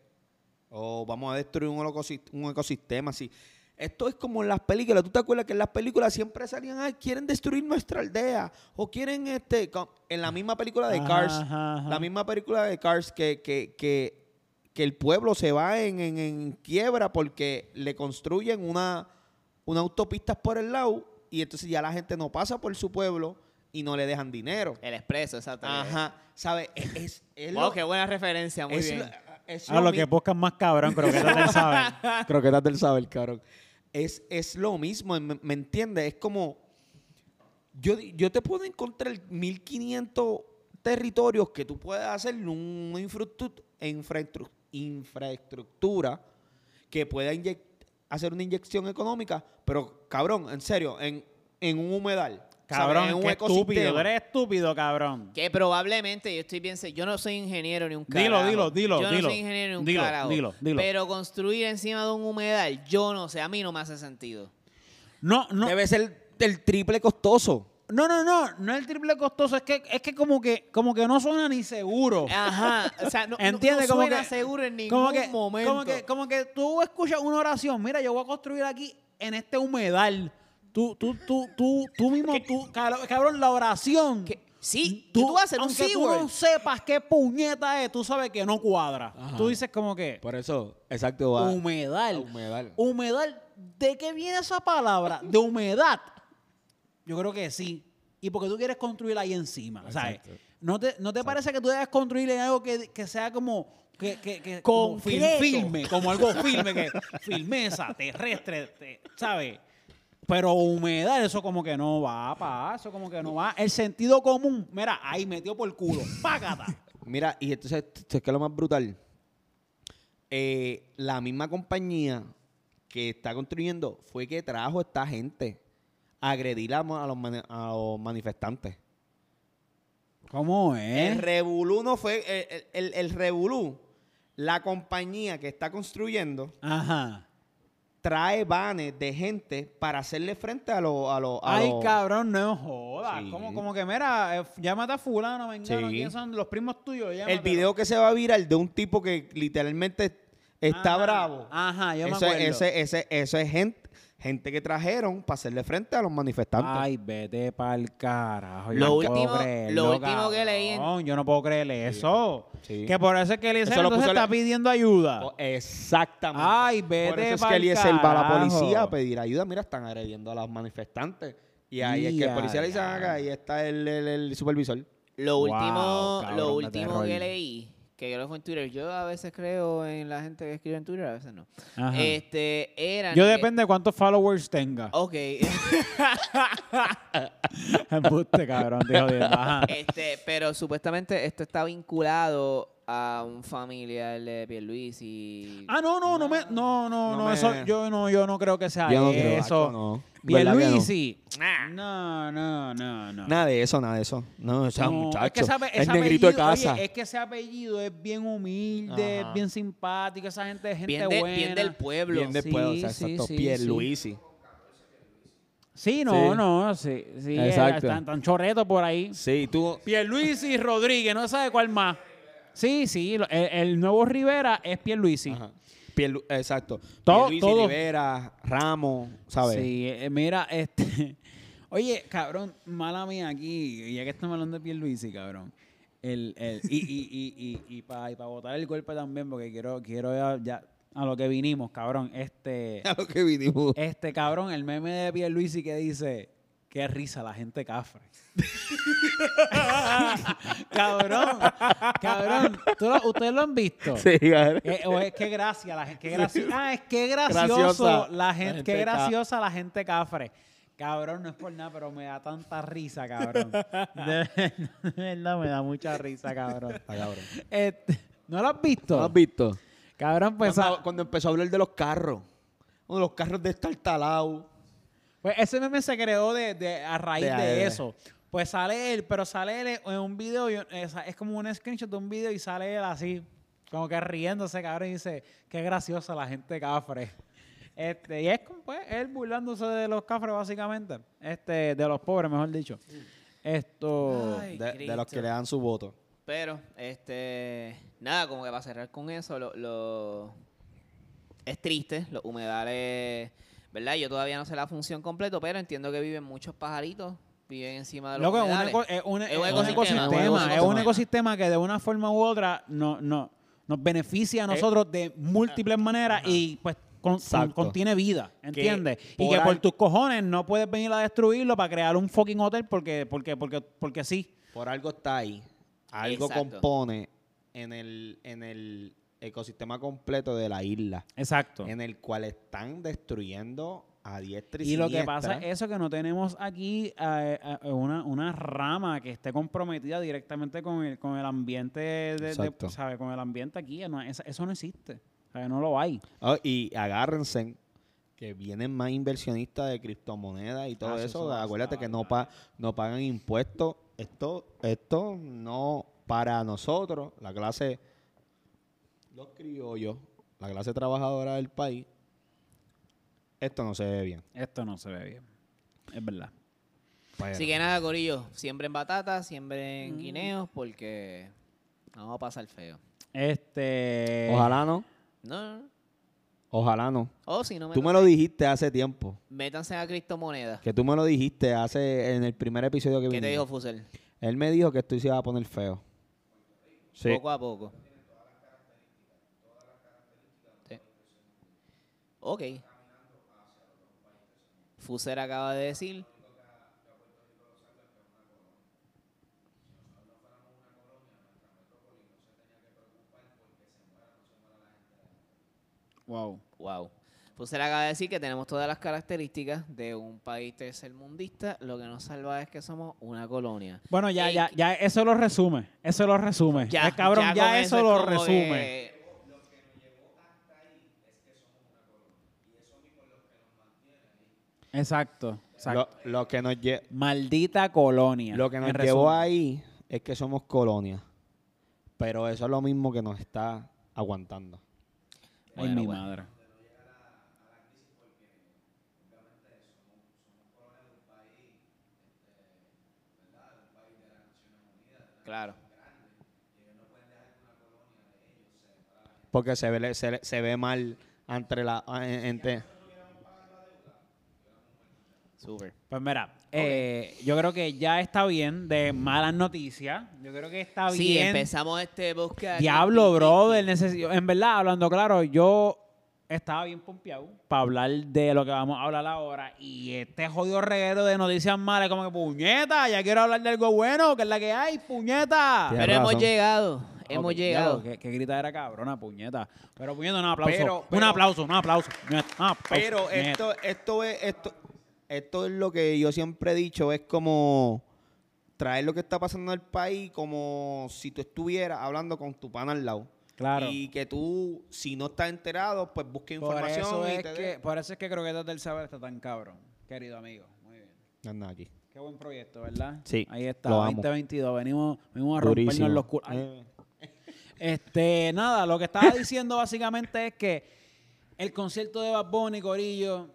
S2: O vamos a destruir un, holocosi- un ecosistema así. Esto es como en las películas. ¿Tú te acuerdas que en las películas siempre salían, ay, quieren destruir nuestra aldea? O quieren, este, co- en la misma película de
S3: Ajá,
S2: Cars,
S3: ajá, ajá.
S2: la misma película de Cars que, que, que, que el pueblo se va en, en- en quiebra porque le construyen una, una autopista por el lado y entonces ya la gente no pasa por su pueblo y no le dejan dinero.
S1: El expreso, exacto.
S2: Ajá, ¿sabes? Es, es, es
S1: Wow,
S2: lo-
S1: qué buena referencia, muy
S2: es
S1: bien.
S2: lo- es
S3: Ah, lo que
S2: mi-
S3: buscan más cabrón, creo que no te saben.
S2: Croquetas del saber, cabrón. Es, es lo mismo, ¿me, me entiendes? Es como. Yo, di- yo te puedo encontrar 1500 territorios que tú puedes hacer una infraestru- infraestru- infraestructura que pueda inyec- hacer una inyección económica, pero cabrón, en serio, en, en un humedal.
S3: Cabrón,
S2: ¿sabes? En un
S3: qué estúpido.
S2: ecosistema.
S3: Tú eres estúpido, cabrón.
S1: Que probablemente, yo estoy bien, se- yo no soy ingeniero ni un
S3: Dilo,
S1: carajo.
S3: dilo, dilo,
S1: Yo no
S3: dilo,
S1: soy ingeniero ni un
S3: dilo,
S1: carajo.
S3: dilo, dilo.
S1: Pero construir encima de un humedal, yo no sé, a mí no me hace sentido.
S3: No, no.
S2: Debe ser del triple costoso.
S3: No, no, no, no es el triple costoso, es que, es que como que, como que no suena ni seguro.
S1: Ajá, o sea, Ah, no, no-
S3: ¿Entiendes?
S1: no
S3: Oh. como
S1: suena
S3: que,
S1: seguro en ningún
S3: como que,
S1: momento.
S3: Como que, como que tú escuchas una oración, mira, yo voy a construir aquí en este humedal. Tú, tú, tú, tú, tú mismo, tú, caro- cabrón, la oración.
S1: Que- sí, tú, vas a hacer un
S3: aunque tú
S1: SeaWorld.
S3: no sepas qué puñeta es, tú sabes que no cuadra.
S2: Ajá.
S3: Tú dices como que
S2: Por eso, exacto,
S3: humedal.
S2: humedal.
S3: Humedal, ¿de qué viene esa palabra? ¿De humedad? Yo creo que sí. Y porque tú quieres construir ahí encima, ¿sabes?
S2: Exacto.
S3: ¿No te, no te parece que tú debes construir en algo que, que sea como... Que, que, que- como fil-
S1: Concreto.
S3: firme, como algo firme, que firmeza, terrestre, te- ¿sabes? Pero humedad, eso como que no va, pa, eso como que no va. El sentido común, mira, ahí metió por culo, págata.
S2: Mira, y entonces, esto es que lo más brutal. Eh, la misma compañía que está construyendo fue que trajo a esta gente a agredir a, mo- a los, mani- a los manifestantes.
S3: ¿Cómo
S2: El
S3: es?
S2: revolú no fue. El, el, el- el revolú, la compañía que está construyendo,
S3: Ajá.
S2: trae vanes de gente para hacerle frente a los. A los- a
S3: Ay,
S2: los-
S3: cabrón, no jodas.
S2: Sí.
S3: Como, como que, mira, eh, llámate a fulano, vengano,
S2: Sí.
S3: ¿quién son los primos tuyos?
S2: El
S3: Llámatelo.
S2: video que se va a viral de un tipo que literalmente está
S3: Ajá,
S2: bravo.
S3: Ajá, yo me
S2: Eso,
S3: acuerdo.
S2: es- ese, ese, eso es gente, Gente que trajeron para hacerle frente a los manifestantes.
S3: Ay, vete pa'l carajo. yo
S1: Lo
S3: no
S1: último-
S3: puedo creerlo,
S1: lo último que leí en-
S3: cabrón, Yo no puedo creer eso.
S2: Sí.
S3: Que por eso es que Eliezer
S2: Eso lo
S3: entonces
S2: puso el-
S3: está pidiendo ayuda.
S1: Pues,
S2: Oh, Exactamente.
S3: Ah. Ay, vete
S2: Por eso es
S3: pa'l
S2: que Eliezer va a la
S3: carajo.
S2: policía a pedir ayuda. Mira, están agrediendo a los manifestantes. Y ahí es que el
S3: Ya,
S2: policía le dice,
S3: ya.
S2: acá, ahí está el, el- el supervisor.
S1: Lo
S3: Wow,
S1: último,
S3: cabrón,
S1: lo
S3: de
S1: último
S3: terror.
S1: que leí, que creo que fue en Twitter, yo a veces creo en la gente que escribe en Twitter, a veces no.
S3: Ajá.
S1: Este, eran...
S3: Yo
S1: que-
S3: depende de cuántos followers tenga.
S1: Ok,
S3: Embuste, cabrón, te jodiendo. Ajá.
S1: este, pero supuestamente esto está vinculado a un familiar de Pierluisi.
S3: Ah, no, no, no me, no, no,
S2: No
S3: no,
S2: me-
S3: eso, yo no, yo no creo que sea
S2: Yo no creo,
S3: eso.
S2: Hacho, no. ¿Verdad que no?
S3: Pierluisi. No, no, no, no.
S2: Nada de eso, nada de eso. No, o sea,
S3: No,
S2: muchacho.
S3: es que ese ape-
S2: el
S3: ese
S2: negrito de
S3: apellido- oye,
S2: casa.
S3: es que ese apellido es bien humilde,
S2: Ajá.
S3: es bien simpático, esa gente es gente
S1: Bien, de-
S3: buena.
S1: bien del pueblo.
S2: Bien de
S3: Sí,
S2: pueblo, o sea,
S3: sí,
S2: exacto.
S3: sí,
S2: Pierluisi.
S3: Sí, no,
S2: Sí.
S3: no, sí, sí,
S2: Exacto.
S3: eh, están, están choretos por ahí.
S2: Sí, tú.
S3: Pierluisi Rodríguez, no sabe cuál más. Sí, sí, lo- el, el nuevo Rivera es Pierluisi.
S2: Ajá. Pierlu- exacto.
S3: Todo-
S2: Pierluisi,
S3: todo.
S2: Rivera, Ramos, ¿sabes?
S3: Sí, eh, mira, este. Oye, cabrón, mala mía aquí, ya que estamos hablando de Pierluisi, cabrón. El, el, y y, y, y, y para botar el golpe también, porque quiero, quiero ya, ya a lo que vinimos, cabrón. Este,
S2: A lo que vinimos.
S3: este cabrón, el meme de Pierluisi que dice, qué risa la gente cafre. cabrón, cabrón, ¿tú lo- ustedes lo han visto.
S2: Sí, cabrón.
S3: Eh, o es que gracia la gente. que graci- ah, es que gracioso
S2: Graciosa.
S3: la
S2: La
S3: gente.
S2: gente
S3: Qué
S2: ca-
S3: graciosa la gente cafre. Cabrón, no es por nada, pero me da tanta risa, cabrón. De verdad, de verdad, me da mucha risa, cabrón.
S2: Ah, cabrón.
S3: Este, ¿No lo has visto?
S2: ¿No lo has visto?
S3: Cabrón, pues,
S2: cuando,
S3: ah,
S2: cuando empezó a hablar de los carros. Uno de los carros de este estar talado.
S3: pues ese meme se creó de, de- a raíz
S2: De
S3: de,
S2: ahí, de-
S3: eso. Pues sale él, pero sale él en un video, yo- es, es como un screenshot de un video y sale él así, como que riéndose, cabrón, y dice, qué graciosa la gente cafre. Este, y es como, pues, él burlándose de los cafres, básicamente. Este, de los pobres, mejor dicho. Esto.
S1: Ay,
S2: De, de los
S1: Cristo.
S2: que le dan su voto.
S1: Pero, este, nada, como que para cerrar con eso, lo, lo- es triste, los humedales, ¿verdad? Yo todavía no sé la función completa, pero entiendo que viven muchos pajaritos, viven encima de los
S3: Loco, es un,
S1: humedales.
S3: eco- es un-
S1: Es
S3: es
S1: un
S3: un
S1: ecosistema,
S3: ecosistema,
S2: un
S3: es un
S2: ecosistema.
S3: ecosistema que de una forma u otra no, no, nos beneficia a nosotros de múltiples maneras y pues con- con-
S2: Exacto.
S3: contiene vida, ¿entiendes? y
S2: por
S3: que por
S2: al-
S3: tus cojones no puedes venir a destruirlo para crear un fucking hotel porque, porque, porque, porque sí.
S2: Por algo está ahí. Algo
S1: Exacto.
S2: compone en el, en el ecosistema completo de la isla.
S3: Exacto.
S2: En el cual están destruyendo a diestra y,
S3: Y lo que
S2: siniestra.
S3: pasa es eso que no tenemos aquí eh, eh, una, una rama que esté comprometida directamente con el, con el ambiente, de- de,
S2: Exacto.
S3: ¿sabe? Con el ambiente aquí, no, esa- eso no existe, ¿sabe? no lo hay.
S2: Oh, y agárrense que vienen más inversionistas de criptomonedas y todo
S3: Ah, eso
S2: eso.
S3: se va a
S2: Acuérdate que no,
S3: salvar.
S2: pa- no pagan impuestos. Esto, esto no para nosotros, la clase, los criollos, la clase trabajadora del país, esto no se ve bien.
S3: Esto no se ve bien. Es verdad.
S2: Pero-
S1: Así que nada, Corillo, siembren batatas, siembren guineos, porque vamos a pasar feo.
S3: Este.
S2: ojalá no,
S1: No, no, no.
S2: ojalá no.
S1: O si no,
S2: Tú me
S1: métanse,
S2: lo dijiste hace tiempo.
S1: métanse a criptomonedas.
S2: Que tú me lo dijiste hace en el primer episodio que
S1: ¿Qué te dijo
S2: vinimos.
S1: Fusel?
S2: Él me dijo que esto se iba a poner feo. Sí.
S1: Poco a poco. Sí. Ok. Fuser acaba de decir.
S3: Wow.
S1: Wow. Fuser acaba de decir que tenemos todas las características de un país tercermundista. Lo que nos salva es que somos una colonia.
S3: Bueno, ya,
S1: Ey,
S3: ya, ya, eso lo resume. Eso lo resume. Ya, cabrón, ya,
S1: con
S3: eso,
S1: es
S3: lo
S1: como
S3: resume.
S1: que-
S3: Exacto.
S2: Lo,
S3: exacto.
S2: lo que nos lle-
S3: Maldita colonia.
S2: Lo que nos
S3: en
S2: llevó
S3: resumen.
S2: ahí es que somos colonia. Pero eso es lo mismo que nos está aguantando.
S3: Ay,
S1: Bueno,
S3: mi
S1: bueno.
S3: madre.
S1: Claro.
S2: Porque se ve, se, le- se ve mal entre la... ah, en- entre-
S1: Súper.
S3: Pues mira, eh, yo creo que ya está bien de malas noticias. Yo creo que está
S1: Sí,
S3: bien.
S1: empezamos este podcast.
S3: Diablo, brother. necesi- En verdad, hablando claro, yo estaba bien pompeado para hablar de lo que vamos a hablar ahora. Y este jodido reguero de noticias malas, como que puñeta, ya quiero hablar de algo bueno, que es la que hay, puñeta.
S2: Tienes
S1: Pero hemos
S2: razón.
S1: llegado. Hemos
S3: Ok,
S1: llegado.
S3: diablo, Que, que grita era cabrona, puñeta. Pero puñeta, un aplauso.
S2: Pero-
S3: un
S2: pero-
S3: aplauso, un aplauso. un aplauso,
S2: Pero
S3: puñeta.
S2: esto, esto es, esto, esto es lo que yo siempre he dicho, es como traer lo que está pasando en el país como si tú estuvieras hablando con tu pana al lado.
S3: Claro.
S2: Y que tú, si no estás enterado, pues busca
S3: Por
S2: información
S3: eso,
S2: y
S3: es
S2: te
S3: que,
S2: dé.
S3: por eso es que Croquetas del Saber está tan cabrón, querido amigo. Muy bien.
S2: Anda aquí.
S3: Qué buen proyecto, ¿verdad?
S2: Sí,
S3: Ahí está,
S2: lo amo.
S3: 2022. Venimos, venimos a
S2: Durísimo.
S3: rompernos los culos. Ay,
S2: Eh,
S3: Este, nada, lo que estaba diciendo básicamente es que el concierto de Bad Bunny, Corillo,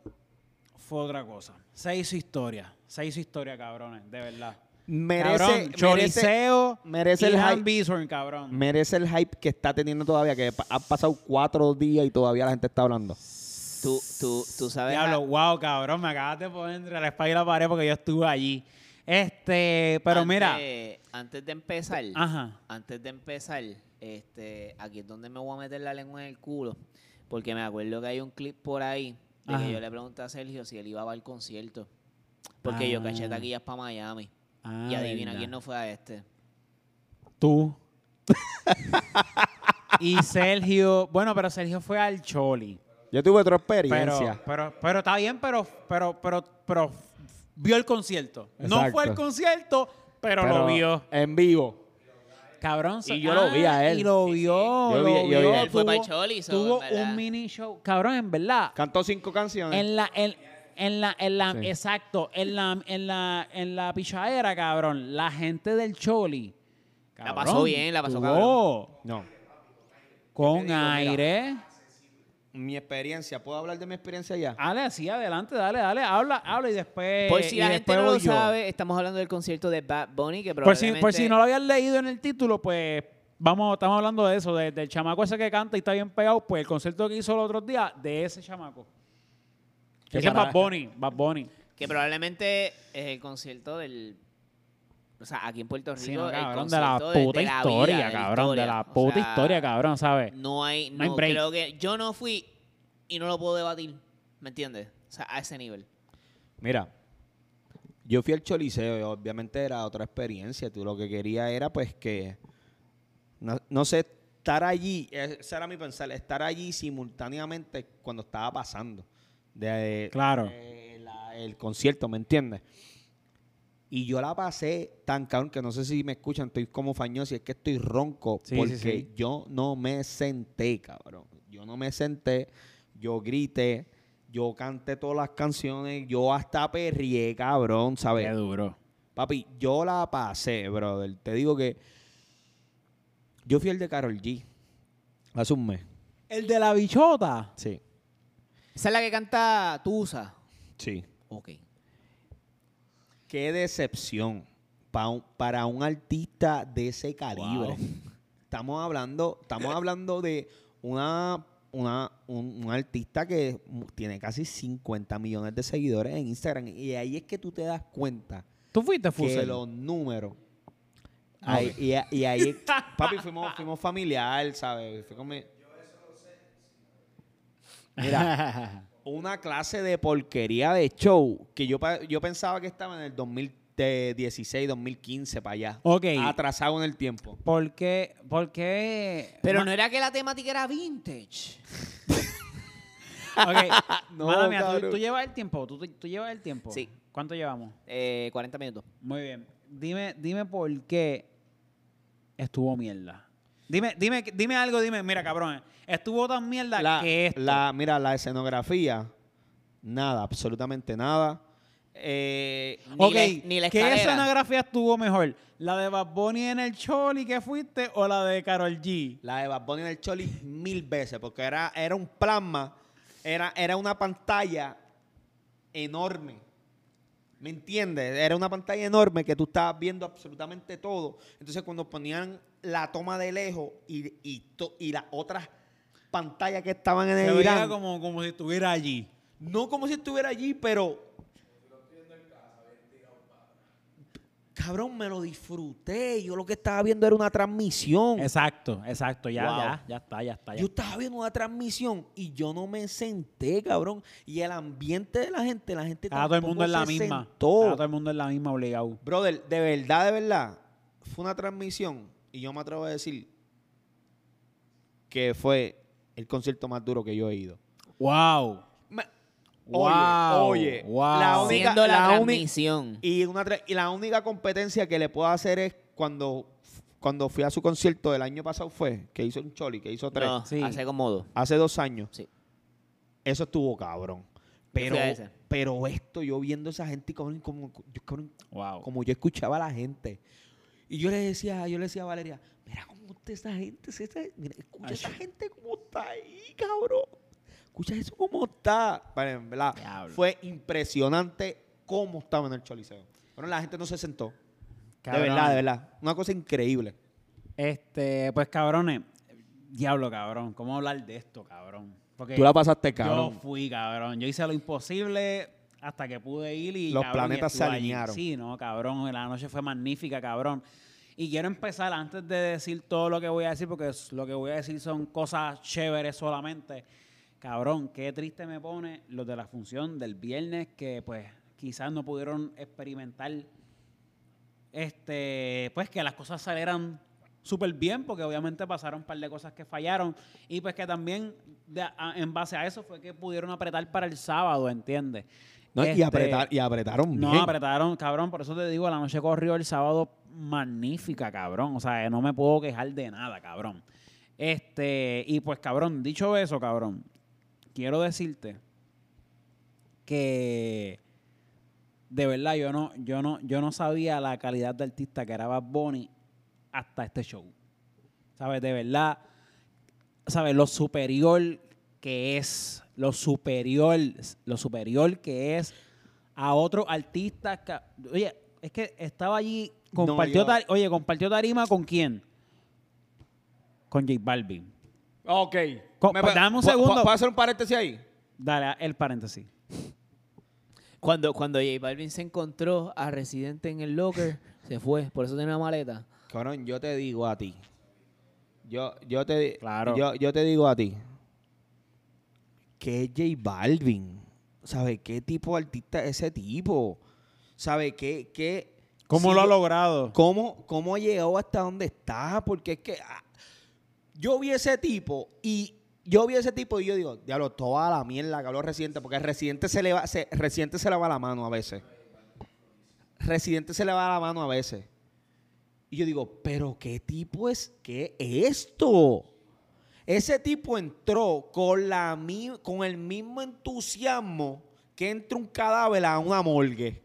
S3: fue otra cosa. Se hizo historia. Se hizo historia, cabrones, de verdad.
S2: Merece,
S3: Cabrón,
S2: merece,
S3: choriceo
S2: merece
S3: y
S2: el
S3: Dan
S2: hype.
S3: Bison, cabrón.
S2: merece el hype que está teniendo todavía, que pa- han pasado cuatro días y todavía la gente está hablando.
S1: Tú, tú, tú sabes.
S3: Diablo, wow, cabrón, me acabas de poner entre la espalda y la pared porque yo estuve allí. Este, pero
S1: antes-
S3: mira,
S1: Antes de empezar.
S3: ajá,
S1: Antes de empezar, este, aquí es donde me voy a meter la lengua en el culo, porque me acuerdo que hay un clip por ahí de
S3: Ajá.
S1: que yo le pregunté a Sergio si él iba al concierto, porque yo caché
S3: Ah.
S1: taquillas para Miami.
S3: Ah,
S1: y adivina
S3: verdad.
S1: quién no fue a este.
S3: tú. y Sergio, bueno, pero Sergio fue al Choli.
S2: Yo tuve otra
S3: Pero,
S2: experiencia.
S3: pero, pero está bien, pero, pero, pero, pero vio el concierto. No
S2: Exacto.
S3: fue al concierto, pero, lo vio.
S2: En vivo.
S3: Cabrón. so- ah,
S2: yo lo vi a él.
S3: Y lo vio.
S2: Yo vi-
S3: lo
S2: yo vi
S3: vio.
S2: a él.
S1: Él fue
S3: tuvo-
S1: pa'l Choli, so,
S3: Tuvo
S1: en verdad.
S3: un mini show. Cabrón, en verdad.
S2: Cantó cinco canciones.
S3: En la, en, en la, en la,
S2: Sí.
S3: exacto, en la, en la, en la pichadera, cabrón, la gente del Choli.
S1: La
S3: cabrón,
S1: pasó bien, la pasó
S3: tuvo
S1: cabrón.
S2: No.
S3: Con
S2: digo, mira.
S3: aire.
S2: Mi experiencia. ¿Puedo hablar de mi experiencia ya?
S3: Dale, así, adelante, dale, dale, habla, habla y después.
S1: por si
S3: Eh, y
S1: la gente
S3: después
S1: no lo
S3: voy yo.
S1: sabe, estamos hablando del concierto de Bad Bunny, que
S3: Por si,
S1: probablemente...
S3: por si no lo habían leído en el título, pues vamos, estamos hablando de eso, de- del chamaco ese que canta y está bien pegado, pues el concierto que hizo los otros días de ese chamaco.
S2: Que
S3: Ese es
S2: para-
S3: Bad Bunny, Bad Bunny.
S1: Que probablemente es el concierto del... O sea, aquí en Puerto Rico...
S3: Sí, no,
S1: el
S3: cabrón, de la
S1: concierto de- de
S3: puta
S1: la vida,
S3: historia,
S1: de la
S3: cabrón, de la
S1: historia. O
S3: puta
S1: sea, eh,
S3: historia, cabrón, ¿sabes?
S1: No hay,
S3: Eh, No hay
S1: no,
S3: break.
S1: creo que yo no fui y no lo puedo debatir, ¿me entiendes? O sea, a ese nivel.
S2: Mira, yo fui al Choliseo y obviamente era otra experiencia. Tú lo que quería era pues que, no, no sé, estar allí, ese era mi pensar, estar allí simultáneamente cuando estaba pasando. De,
S3: Claro.
S1: eh,
S2: de eh, la- el concierto, ¿me entiendes? Y yo la pasé tan cabrón que no sé si me escuchan, estoy como fañoso y es que estoy ronco
S3: Sí, sí,
S2: porque
S3: sí.
S2: yo no me senté, cabrón. Yo no me senté, yo grité, yo canté todas las canciones, yo hasta perrié, cabrón,
S3: Qué
S2: ¿sabes?
S3: duro.
S2: Papi, yo la pasé, brother. Te digo que yo fui el de Carol G hace un mes.
S3: El de la bichota.
S2: Sí,
S1: Esa es la que canta Tusa.
S2: sí.
S1: Ok.
S2: Qué decepción pa un- para un artista de ese calibre.
S3: Wow.
S2: Estamos hablando, estamos hablando de una, una- un, un artista que mu- tiene casi 50 millones de seguidores en Instagram. Y ahí es que tú te das cuenta
S3: ¿Tú fuiste
S2: que
S3: Fusel? Ah,
S2: los números. ahí- y, a- y ahí. papi, fuimos, fuimos familiar, ¿sabes? Fui con mi-
S3: Mira.
S2: una clase de porquería de show que yo, pa- yo pensaba que estaba en el 2016, 2015 para allá.
S3: Ok.
S2: Atrasado en el tiempo.
S3: ¿Por qué? ¿Por qué?
S1: Pero
S3: Ma-
S1: no era que la temática era vintage.
S3: Ok,
S2: No,
S3: mala mía, ¿tú- ¿tú,
S2: cabrón.
S3: llevas el tiempo? ¿Tú, tú- tú llevas el tiempo?
S1: Sí.
S3: ¿Cuánto llevamos?
S1: Eh, 40 minutos.
S3: Muy bien. Dime, dime por qué estuvo mierda. Dime, dime, dime algo, dime, mira, cabrón, estuvo tan mierda que esto.
S2: la- mira, la escenografía, nada, absolutamente nada. Eh,
S1: ni
S3: ok,
S1: la- ni la
S3: ¿qué
S1: escalera.
S3: escenografía estuvo mejor? ¿La de Bad Bunny en el Choli que fuiste o la de Carol G?
S2: la de Bad Bunny en el Choli mil veces, porque era, era un plasma, era, era una pantalla enorme. ¿Me entiendes? Era una pantalla enorme que tú estabas viendo absolutamente todo. Entonces, cuando ponían la toma de lejos y, y, to- y las otras pantallas que estaban en
S3: Se
S2: el
S3: veía
S2: Irán,
S3: como, como si estuviera allí.
S2: no como si estuviera allí, pero Cabrón, me lo disfruté. Yo lo que estaba viendo era una transmisión.
S3: Exacto, exacto. Ya,
S2: Wow.
S3: ya, ya está, ya está. ya
S2: Yo estaba viendo una transmisión y yo no me senté, cabrón. Y el ambiente de la gente, la gente
S3: Estaba Ah, todo el
S2: tampoco
S3: mundo en
S2: se
S3: la misma.
S2: sentó.
S3: Estaba todo el mundo en la misma obligado.
S2: Brother, de verdad, de verdad, fue una transmisión y yo me atrevo a decir que fue el concierto más duro que yo he ido.
S3: ¡Wow!
S2: Me-
S3: Wow,
S2: oye, oye,
S3: wow.
S2: la única,
S1: Siendo la,
S2: la uni-
S1: transmisión.
S2: y, una tra- y la única competencia que le puedo hacer es cuando, cuando fui a su concierto del año pasado fue, que hizo un choli, que hizo tres,
S1: No,
S3: Sí.
S1: hace cómodo.
S2: hace dos años.
S1: Sí.
S2: Eso estuvo cabrón. Pero,
S1: fui a ese.
S2: pero esto, yo viendo a esa gente, cabrón, como, yo, cabrón,
S3: ¡Wow!
S2: como yo escuchaba a la gente. Y yo le decía, yo le decía a Valeria, mira cómo está esa gente, se está- mira, escucha
S3: Ay,
S2: esa
S3: sí.
S2: gente cómo está ahí, cabrón. Escucha eso cómo está. Bueno, en verdad,
S3: Diablo.
S2: fue impresionante cómo estaba en el Choliseo. Bueno, la gente no se sentó.
S3: Cabrón.
S2: De verdad, de verdad. Una cosa increíble.
S3: Este, pues cabrones, diablo cabrón, ¿cómo hablar de esto, cabrón? Porque
S2: Tú la pasaste,
S3: Yo
S2: cabrón.
S3: fui, cabrón. Yo hice lo imposible hasta que pude ir y
S2: Los
S3: cabrón, y
S2: planetas se
S3: estuve allí.
S2: alinearon.
S3: Sí, no, cabrón. La noche fue magnífica, cabrón. Y quiero empezar antes de decir todo lo que voy a decir, porque es- lo que voy a decir son cosas chéveres solamente. Cabrón, qué triste me pone los de la función del viernes que pues quizás no pudieron experimentar este, pues que las cosas salieran súper bien, porque obviamente pasaron un par de cosas que fallaron. Y pues que también de- a- en base a eso fue que pudieron apretar para el sábado, ¿entiendes?
S2: No, y,
S3: Este,
S2: apretar, y apretaron
S3: No,
S2: bien.
S3: apretaron, cabrón. Por eso te digo, la noche corrió el sábado magnífica, cabrón. O sea, eh, no me puedo quejar de nada, cabrón. Este, y pues, cabrón, dicho eso, cabrón, quiero decirte que de verdad yo no, yo no, yo no sabía la calidad de artista que era Bad Bunny hasta este show. ¿Sabes? De verdad, ¿sabes? Lo superior que es, lo superior, lo superior que es a otros artistas. ca- Oye, es que estaba allí,
S2: No,
S3: compartió,
S2: yo-
S3: tar- oye, compartió tarima con quién? Con J Balvin.
S2: Ok.
S3: Co-
S2: Me-
S3: pues, dame un
S2: ¿Puedo-
S3: segundo.
S2: ¿Puedo hacer un paréntesis ahí?
S3: Dale, el paréntesis.
S1: Cuando, cuando J Balvin se encontró a Residente en el locker, se fue. Por eso tiene una maleta.
S2: Cabrón, yo te digo a ti. Yo, yo te
S3: Claro.
S2: yo, yo te digo a ti. Que es J Balvin. ¿Sabe qué tipo de artista es ese tipo? ¿Sabe qué? qué si yo-
S3: logrado?
S2: ¿Cómo, ¿Cómo ha llegado hasta donde está? Porque es que ah, yo vi ese tipo y yo vi ese tipo y yo digo, diablo, toda la mierda que habló Residente, porque Residente se le va, se, Residente se le va la mano a veces. Residente se le va la mano a veces. Y yo digo, pero qué tipo es, qué es esto. Ese tipo entró con, la, mi- con el mismo entusiasmo que entra un cadáver a una morgue.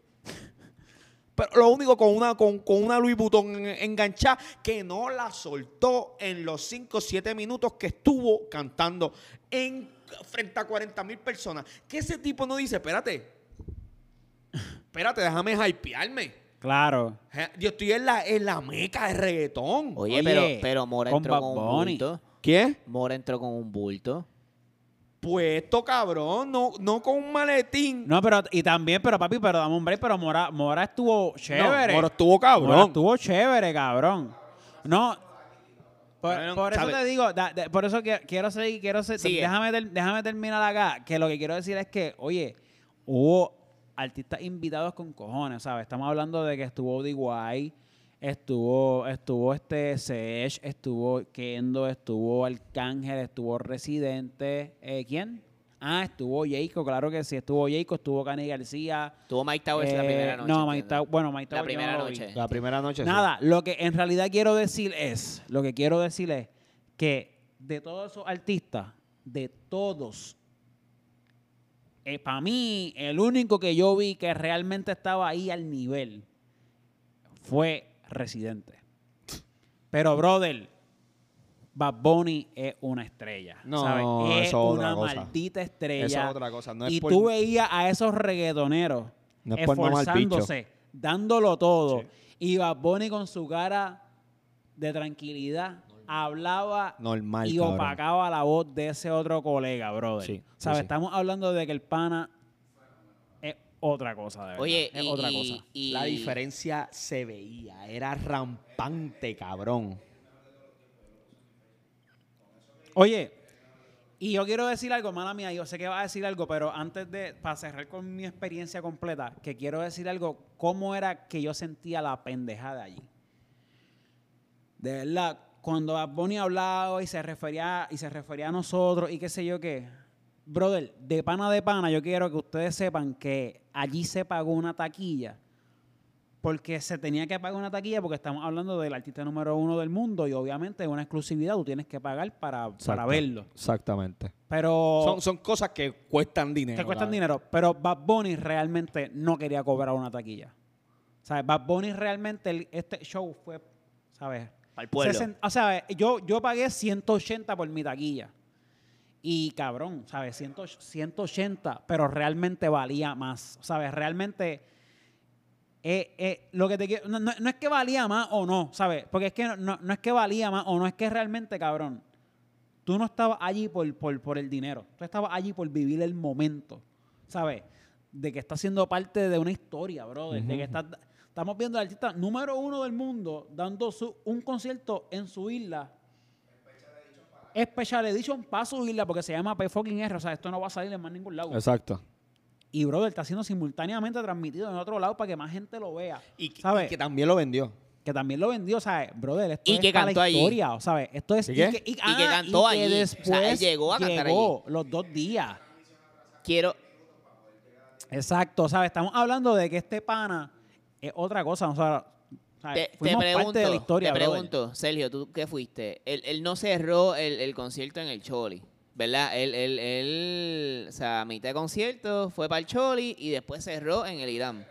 S2: Pero lo único con una, con, con una Louis Vuitton en- enganchada que no la soltó en los 5 o 7 minutos que estuvo cantando en, frente a 40 mil personas. Que ese tipo no dice, espérate, espérate, déjame hypearme.
S3: Claro.
S2: Eh, Yo estoy en la, en la meca de reggaetón.
S1: Oye,
S3: Oye,
S1: pero, pero Mora
S3: con
S1: entró
S3: Bad
S1: con un
S3: Bunny.
S1: bulto.
S2: ¿Qué?
S1: Mora entró con un bulto.
S2: Puesto, cabrón, no, no con un maletín.
S3: No, pero, y también, pero papi, pero dame un break, pero Mora, Mora estuvo chévere.
S2: Moro estuvo cabrón.
S3: Mora estuvo chévere, cabrón. No. Por,
S2: Cabrón,
S3: por eso
S2: ¿sabe?
S3: te digo, da- de- por eso que- quiero seguir, quiero ser,
S1: Sigue.
S3: déjame, ter- déjame terminar acá, que lo que quiero decir es que, oye, hubo artistas invitados con cojones, ¿sabes? Estamos hablando de que estuvo DY, estuvo, estuvo este Sesh, estuvo Kendo, estuvo Arcángel, estuvo Residente, eh, ¿quién? Ah, estuvo Jayco, claro que sí, estuvo Jayco, estuvo Cani García.
S1: Tuvo Mike Towers la
S3: eh,
S1: primera noche.
S3: no, Mike
S1: entiendo.
S3: Tow- bueno, Mike
S1: La
S3: Tower yo no
S1: primera
S3: lo vi.
S1: noche.
S2: La primera noche. sí.
S3: Nada, lo que en realidad quiero decir es, lo que quiero decir es que de todos esos artistas, de todos, para mí el único que yo vi que realmente estaba ahí al nivel fue Residente. Pero, brother, Bad Bunny es una estrella.
S2: No,
S3: ¿sabes? Es
S2: eso es otra
S3: una
S2: cosa.
S3: maldita estrella.
S2: Eso es otra cosa. No es
S3: y
S2: por-
S3: tú veías a esos reggaetoneros
S2: No es por mamar bicho.
S3: esforzándose, dándolo todo.
S2: Sí.
S3: Y Bad Bunny con su cara de tranquilidad hablaba
S2: Normal,
S3: y
S2: cabrón.
S3: opacaba la voz de ese otro colega, brother.
S2: Sí, sí,
S3: ¿Sabes?
S2: sí.
S3: Estamos hablando de que el pana es otra cosa, de verdad.
S1: Oye,
S3: es
S1: y-
S3: otra
S1: y-
S3: cosa.
S1: y-
S2: La diferencia se veía, era rampante, cabrón.
S3: Oye, y yo quiero decir algo, mala mía, yo sé que vas a decir algo, pero antes de, para cerrar con mi experiencia completa, que quiero decir algo, cómo era que yo sentía la pendejada allí. De verdad, cuando Bad Bunny hablaba y se refería, y se refería a nosotros y qué sé yo qué. Brother, de pana de pana, yo quiero que ustedes sepan que allí se pagó una taquilla. Porque se tenía que pagar una taquilla porque estamos hablando del artista número uno del mundo y obviamente es una exclusividad, tú tienes que pagar para, para
S2: Exacta-
S3: verlo.
S2: Exactamente.
S3: Pero
S2: Son, son cosas que cuestan dinero.
S3: que cuestan
S2: cabrón.
S3: dinero. Pero Bad Bunny realmente no quería cobrar una taquilla. ¿Sabes? Bad Bunny realmente, el- este show fue, ¿sabes?
S1: Pa'l pueblo.
S3: Sesen- o sea, yo, yo pagué 180 por mi taquilla. Y cabrón, ¿sabes? 100 180, pero realmente valía más. ¿Sabes? Realmente. eh, eh, lo que te quiero- no, no- no es que valía más o no, ¿sabes? Porque es que no- no, no es que valía más o no, es que realmente, cabrón, tú no estabas allí por, por, por el dinero, tú estabas allí por vivir el momento, ¿sabes? De que estás siendo parte de una historia, brother, de que estás, estamos viendo al artista número uno del mundo dando su, un concierto en su isla. Special Edition para su isla porque se llama P fucking R, o sea, esto no va a salir en más ningún lado.
S2: Exacto.
S3: Y brother, está siendo simultáneamente transmitido en otro lado para que más gente lo vea.
S2: Y, que-
S3: ¿sabes?
S2: y que también lo vendió.
S3: que también lo vendió, ¿sabes? Brother, esto
S1: Y
S3: es
S1: que
S3: para
S1: cantó
S3: la
S1: allí.
S3: historia, ¿sabes? Esto es...
S2: ¿Y qué?
S3: y,
S1: Y que cantó
S3: y que
S1: allí.
S3: después
S1: O sea, él llegó a cantar
S3: llegó los dos días.
S1: Quiero,
S3: Exacto, ¿sabes? Estamos hablando de que este pana es otra cosa. O sea,
S1: Te,
S3: ¿sabes?
S1: te
S3: Fuimos
S1: pregunto,
S3: parte de la historia,
S1: te
S3: brother.
S1: pregunto, Sergio, ¿tú qué fuiste? Él, él no cerró el, el concierto en el Choli, ¿verdad? Él, él, él, o sea, a mitad de concierto fue para el Choli y después cerró en el Irán.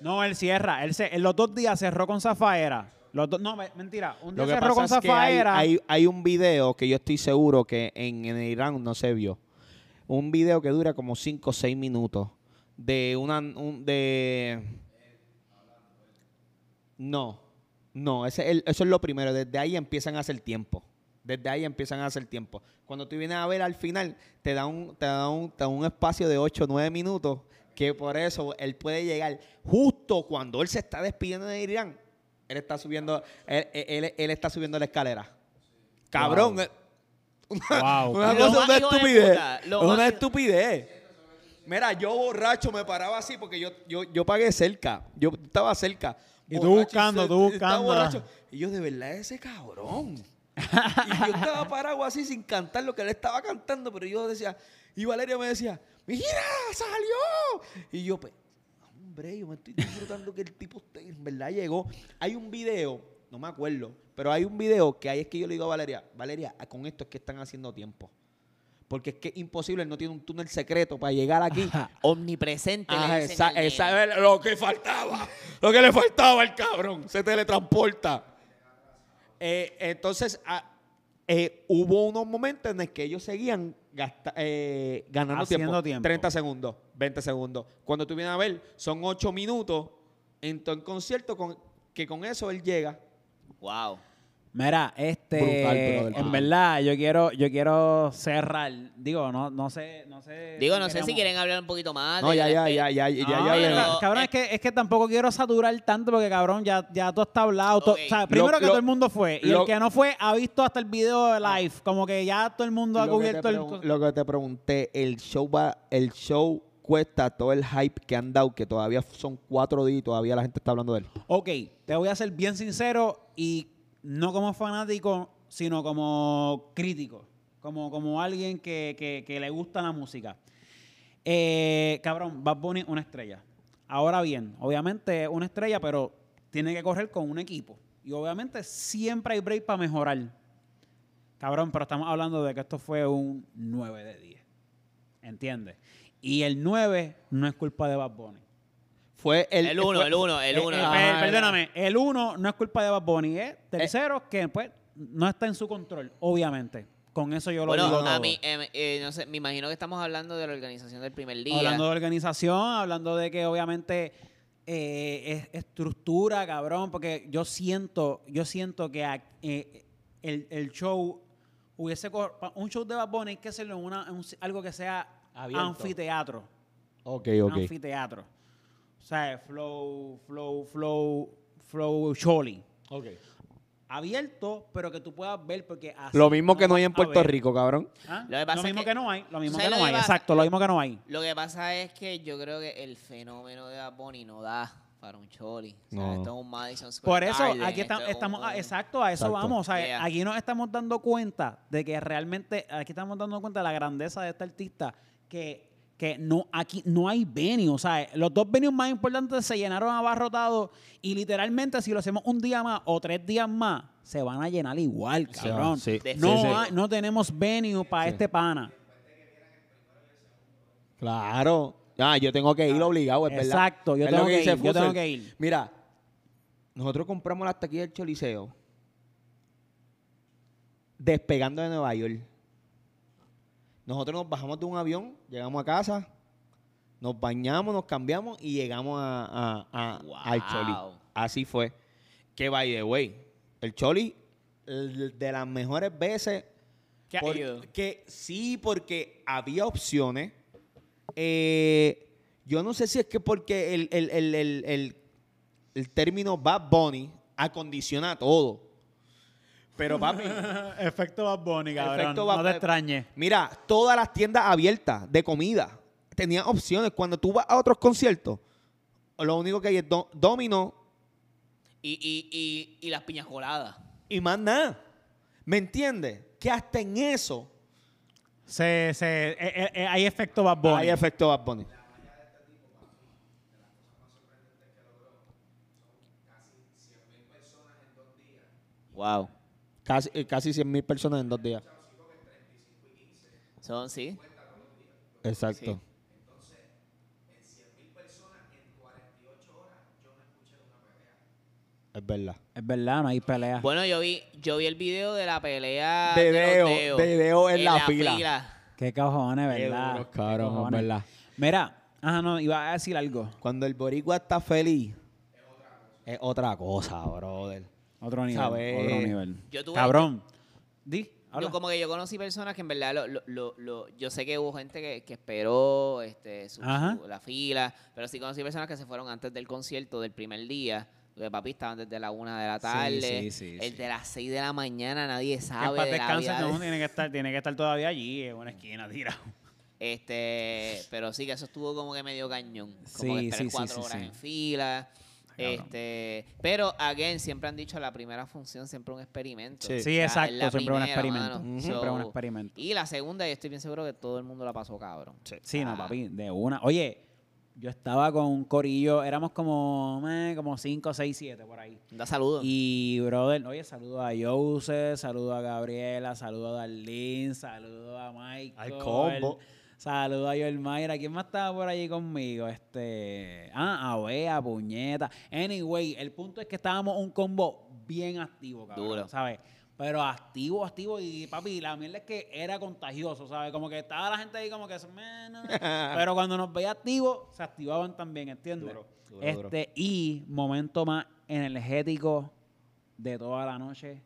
S3: No, él cierra. Él, se- en los dos días cerró con Zafaera. Los dos- no, me- mentira. Un día
S2: Lo que
S3: cerró
S2: pasa
S3: con
S2: es que hay,
S3: Zafaera.
S2: hay- hay un video que yo estoy seguro que en, en Irán no se vio. Un video que dura como 5 o 6 minutos. De una... un- de... No, no, ese es el- eso es lo primero. Desde ahí empiezan a hacer tiempo. Desde ahí empiezan a hacer tiempo. Cuando tú vienes a ver al final, te da un, te da un, te da un espacio de 8 o 9 minutos que por eso él puede llegar justo cuando él se está despidiendo de Irán. Él está subiendo, él, él- él- él está subiendo la escalera. Cabrón,
S3: Wow.
S2: eh,
S3: Wow.
S2: una
S1: Lo
S2: cosa,
S1: más
S2: una
S1: hijo de
S2: estupidez.
S1: puta, lo más
S2: Una
S1: hijo-
S2: estupidez. Mira, yo borracho me paraba así porque yo, yo, yo pagué cerca. Yo estaba cerca.
S3: Y tú
S2: Borracho,
S3: buscando,
S2: se-
S3: tú
S2: estaba
S3: buscando.
S2: borracho. Y yo, de verdad, ese cabrón. y yo estaba parado así sin cantar lo que él estaba cantando, pero yo decía, y Valeria me decía, mira, salió. Y yo, pues, hombre, yo me estoy disfrutando que el tipo, esté- en verdad, llegó. Hay un video, no me acuerdo, pero hay un video que ahí es que yo le digo a Valeria, Valeria, con esto es que están haciendo tiempo. Porque es que es imposible, él no tiene un túnel secreto para llegar aquí.
S1: Omnipresente. le
S2: Ah,
S1: dicen
S2: esa,
S1: al nene.
S2: esa era lo que faltaba. Lo que le faltaba al cabrón. Se teletransporta. Eh, entonces, ah, eh, hubo unos momentos en los que ellos seguían gasta- eh, ganando
S3: Haciendo
S2: tiempo.
S3: tiempo.
S2: 30 segundos, 20 segundos. Cuando tú vienes a ver, son 8 minutos en todo el concierto con, que con eso él llega.
S1: Wow.
S3: Mira, este,
S2: Brutal, brother.
S3: en verdad, yo quiero, yo quiero cerrar. Digo, no, no sé, no sé.
S1: Digo, no sé si
S3: queremos-
S1: quieren hablar un poquito más.
S2: No,
S1: Ah, de
S2: ya,
S1: la
S2: ya,
S1: experiencia.
S2: ya, ya, ya,
S3: Ah,
S2: ya,
S1: pero-
S2: ya.
S3: Cabrón, es que, es que tampoco quiero saturar tanto porque, cabrón, ya, ya tú has hablado. to-
S1: Ok.
S3: o sea, primero
S2: Lo-
S3: que
S2: lo-
S3: todo el mundo fue. Y
S2: lo-
S3: el que no fue ha visto hasta el video live. Como que ya todo el mundo ha
S2: Lo que, te
S3: cubierto el.
S2: pregun- lo que te pregunté, el show va, el show cuesta todo el hype que han dado, que todavía son cuatro días y todavía la gente está hablando de él.
S3: Ok, te voy a ser bien sincero y no como fanático, sino como crítico, como, como alguien que, que- que le gusta la música. Eh, cabrón, Bad Bunny es una estrella. Ahora bien, obviamente es una estrella, pero tiene que correr con un equipo. Y obviamente siempre hay break para mejorar. Cabrón, pero estamos hablando de que esto fue un 9 de 10. ¿Entiendes? Y el 9 no es culpa de Bad Bunny.
S2: Fue el,
S1: El uno,
S2: fue-
S1: el uno, el
S3: Eh,
S1: uno.
S3: eh,
S1: Ah,
S3: per- perdóname, el uno no es culpa de Bad Bunny, es tercero
S1: Eh.
S3: que pues no está en su control, obviamente. Con eso yo lo
S1: Bueno,
S3: digo
S1: a
S3: todo.
S1: mí, eh, eh, no sé, me imagino que estamos hablando de la organización del primer día.
S3: Hablando de organización, hablando de que obviamente eh, es estructura, cabrón, porque yo siento, yo siento que a- eh, el, el show hubiese cor- pa- un show de Bad Bunny hay que hacerlo en una, en un- algo que sea
S2: Abierto.
S3: anfiteatro.
S2: Ok, ok.
S3: anfiteatro. O sea, flow, flow, flow, flow choli.
S2: Ok.
S3: Abierto, pero que tú puedas ver porque así
S2: Lo mismo que no
S3: vas
S2: hay en
S3: a
S2: Puerto
S3: ver.
S2: Rico, cabrón.
S3: ¿Ah?
S1: Lo que
S3: Lo,
S1: pasa es
S3: mismo
S1: que-
S3: que, no hay, lo mismo
S1: ¿sabes
S3: que
S1: lo
S3: no
S1: que
S3: hay, Pues
S1: pasa?
S3: exacto, lo mismo que no hay.
S1: Lo que pasa es que yo creo que el fenómeno de Bad Bunny no da para un choli. O sea,
S2: No.
S1: Esto es un Madison Square
S3: Por eso,
S1: Garden,
S3: aquí
S1: esto
S3: está-
S1: es un-
S3: estamos, ah,
S1: un-
S3: exacto, a eso
S2: Exacto.
S3: vamos. o sea,
S1: Yeah.
S3: Aquí nos estamos dando cuenta de que realmente, aquí estamos dando cuenta de la grandeza de este artista, que, que no, aquí no hay venue. O sea, los dos venues más importantes se llenaron abarrotados y literalmente si lo hacemos un día más o tres días más, se van a llenar igual,
S2: Sí,
S3: cabrón.
S2: sí,
S3: no,
S2: sí, sí.
S3: hay- no tenemos venue para
S2: Sí.
S3: este pana.
S2: Claro. Ah, yo tengo que ir obligado, es verdad.
S3: Exacto, yo
S2: Es
S3: tengo
S2: lo
S3: que
S2: dice
S3: ir, yo tengo
S2: Fusel.
S3: que ir.
S2: Mira, nosotros compramos las taquillas del Choliseo despegando de Nueva York. Nosotros nos bajamos de un avión, llegamos a casa, nos bañamos, nos cambiamos y llegamos a, a- a- al
S1: Wow.
S2: Choli. Así fue. Que by the way, el Choli, el- de las mejores veces
S1: ¿Qué ha
S2: por-
S1: ido?
S2: que sí, porque había opciones. Eh, yo no sé si es que porque el, el- el- el- el- el término Bad Bunny acondiciona todo. Pero papi,
S3: Efecto Bad Bunny,
S2: cabrón, Efecto Bad- no te
S3: extrañes.
S2: mira, todas las tiendas abiertas de comida tenían opciones. Cuando tú vas a otros conciertos, lo único que hay es do- Domino
S1: Y, y, y, y las piñas coladas.
S2: y más nada. ¿Me entiendes? Que hasta en eso
S3: Se, se, eh, eh, eh, hay efecto Bad Bunny.
S2: hay efecto Bad Bunny.
S1: Wow.
S2: Casi, eh, casi 100 mil personas en dos días.
S1: Son, sí.
S2: Exacto.
S1: Sí.
S2: Es verdad.
S3: Es verdad, no hay pelea.
S1: Bueno, yo vi, yo vi el video de la pelea.
S2: De
S1: los
S2: Deo,
S1: Deos
S2: de Deo en la fila.
S3: Qué cojones,
S2: Qué
S3: ¿verdad?
S2: duros,
S3: Qué
S2: cabrón,
S3: cojones.
S2: verdad.
S3: Mira, ah, no, iba a decir algo.
S2: Cuando el boricua está feliz, es otra cosa, brother.
S3: Otro nivel.
S2: Sabes.
S3: Otro nivel.
S1: Yo tuve-
S3: Cabrón. Di, habla.
S1: Yo como que yo conocí personas que en verdad lo, lo- lo- lo- yo sé que hubo gente que, que esperó este, su-
S3: Ajá.
S1: su- la fila, pero sí conocí personas que se fueron antes del concierto del primer día. Porque papi estaban desde la una de la tarde,
S3: sí, sí,
S1: el
S3: sí.
S1: de las seis de la mañana, nadie
S3: Que en
S1: sabe.
S3: paz
S1: de la
S3: descanse,
S1: vida
S3: que
S1: de-
S3: uno tiene que estar, tiene que estar todavía allí, en una esquina, tirado.
S1: Este, pero sí que eso estuvo como que medio cañón. Como
S3: Sí,
S1: que esperar
S3: sí, sí,
S1: cuatro
S3: sí,
S1: horas
S3: sí.
S1: en fila.
S3: cabrón.
S1: Este, pero again, siempre han dicho la primera función siempre un experimento.
S2: Sí.
S1: O
S3: Sí,
S1: sea, es
S3: exacto,
S1: la
S3: siempre un
S1: primera,
S3: experimento.
S1: mano.
S3: Siempre un
S1: So,
S3: experimento.
S1: Y la segunda, yo estoy bien seguro que todo el mundo la pasó cabrón.
S3: Sí, no,
S1: Ah.
S3: papi, de una. Oye, yo estaba con un corillo, éramos como, eh, como 5, 6, 7 por ahí.
S1: Da saludos.
S3: Y, brother, oye, saludo a Jose, saludo a Gabriela, saludo a Darlene, saludo a Michael.
S2: Al combo.
S3: Saludo a Joel Mayra. ¿Quién más estaba por allí conmigo? Este. Ah, a Bea, puñeta. Anyway, el punto es que estábamos un combo bien activo, cabrón.
S1: Duro.
S3: ¿Sabes? Pero activo, activo. Y papi, la mierda es que era contagioso, ¿sabes? Como que estaba la gente ahí como que. "Meh, no, no". Pero cuando nos veía activos, se activaban también, ¿entiendes?
S2: Duro, duro,
S3: este,
S2: duro.
S3: Y momento más energético de toda la noche.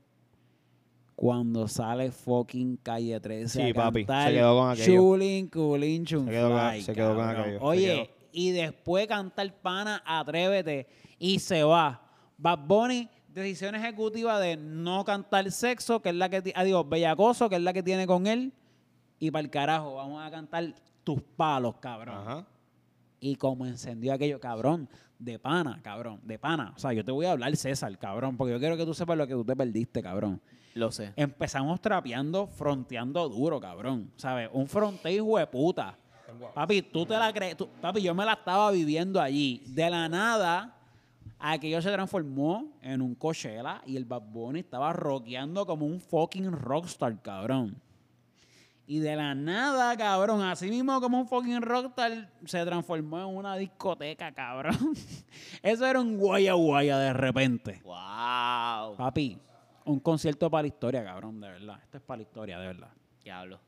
S3: Cuando sale fucking calle 13
S2: Sí,
S3: a
S2: papi, se
S3: cantar
S2: quedó con aquello.
S3: Chulin, culin, chun
S2: Se quedó con-
S3: fly,
S2: se quedó con
S3: cabrón.
S2: aquello, se
S3: Oye,
S2: quedó.
S3: y después cantar pana, atrévete, y se va. Bad Bunny, decisión ejecutiva de no cantar sexo, que es la que, ti- ah, digo, bellacoso, que es la que tiene con él, y para el carajo, vamos a cantar tus palos, cabrón.
S2: Ajá.
S3: Y como encendió aquello, cabrón, de pana, cabrón, de pana. O sea, yo te voy a hablar, César, cabrón, porque yo quiero que tú sepas lo que tú te perdiste, cabrón
S1: Lo sé.
S3: empezamos trapeando, fronteando duro, cabrón. ¿Sabes? Un fronteo hijo de puta. Papi, tú te la crees. tú- Papi, yo me la estaba viviendo allí. De la nada, aquello se transformó en un Coachella y el Bad Bunny estaba rockeando como un fucking rockstar, cabrón. Y de la nada, cabrón, así mismo como un fucking rockstar, se transformó en una discoteca, cabrón. Eso era un guaya guaya de repente.
S1: Wow.
S3: Papi, un concierto para la historia, cabrón, de verdad. Esto es para la historia, de verdad.
S1: Diablo.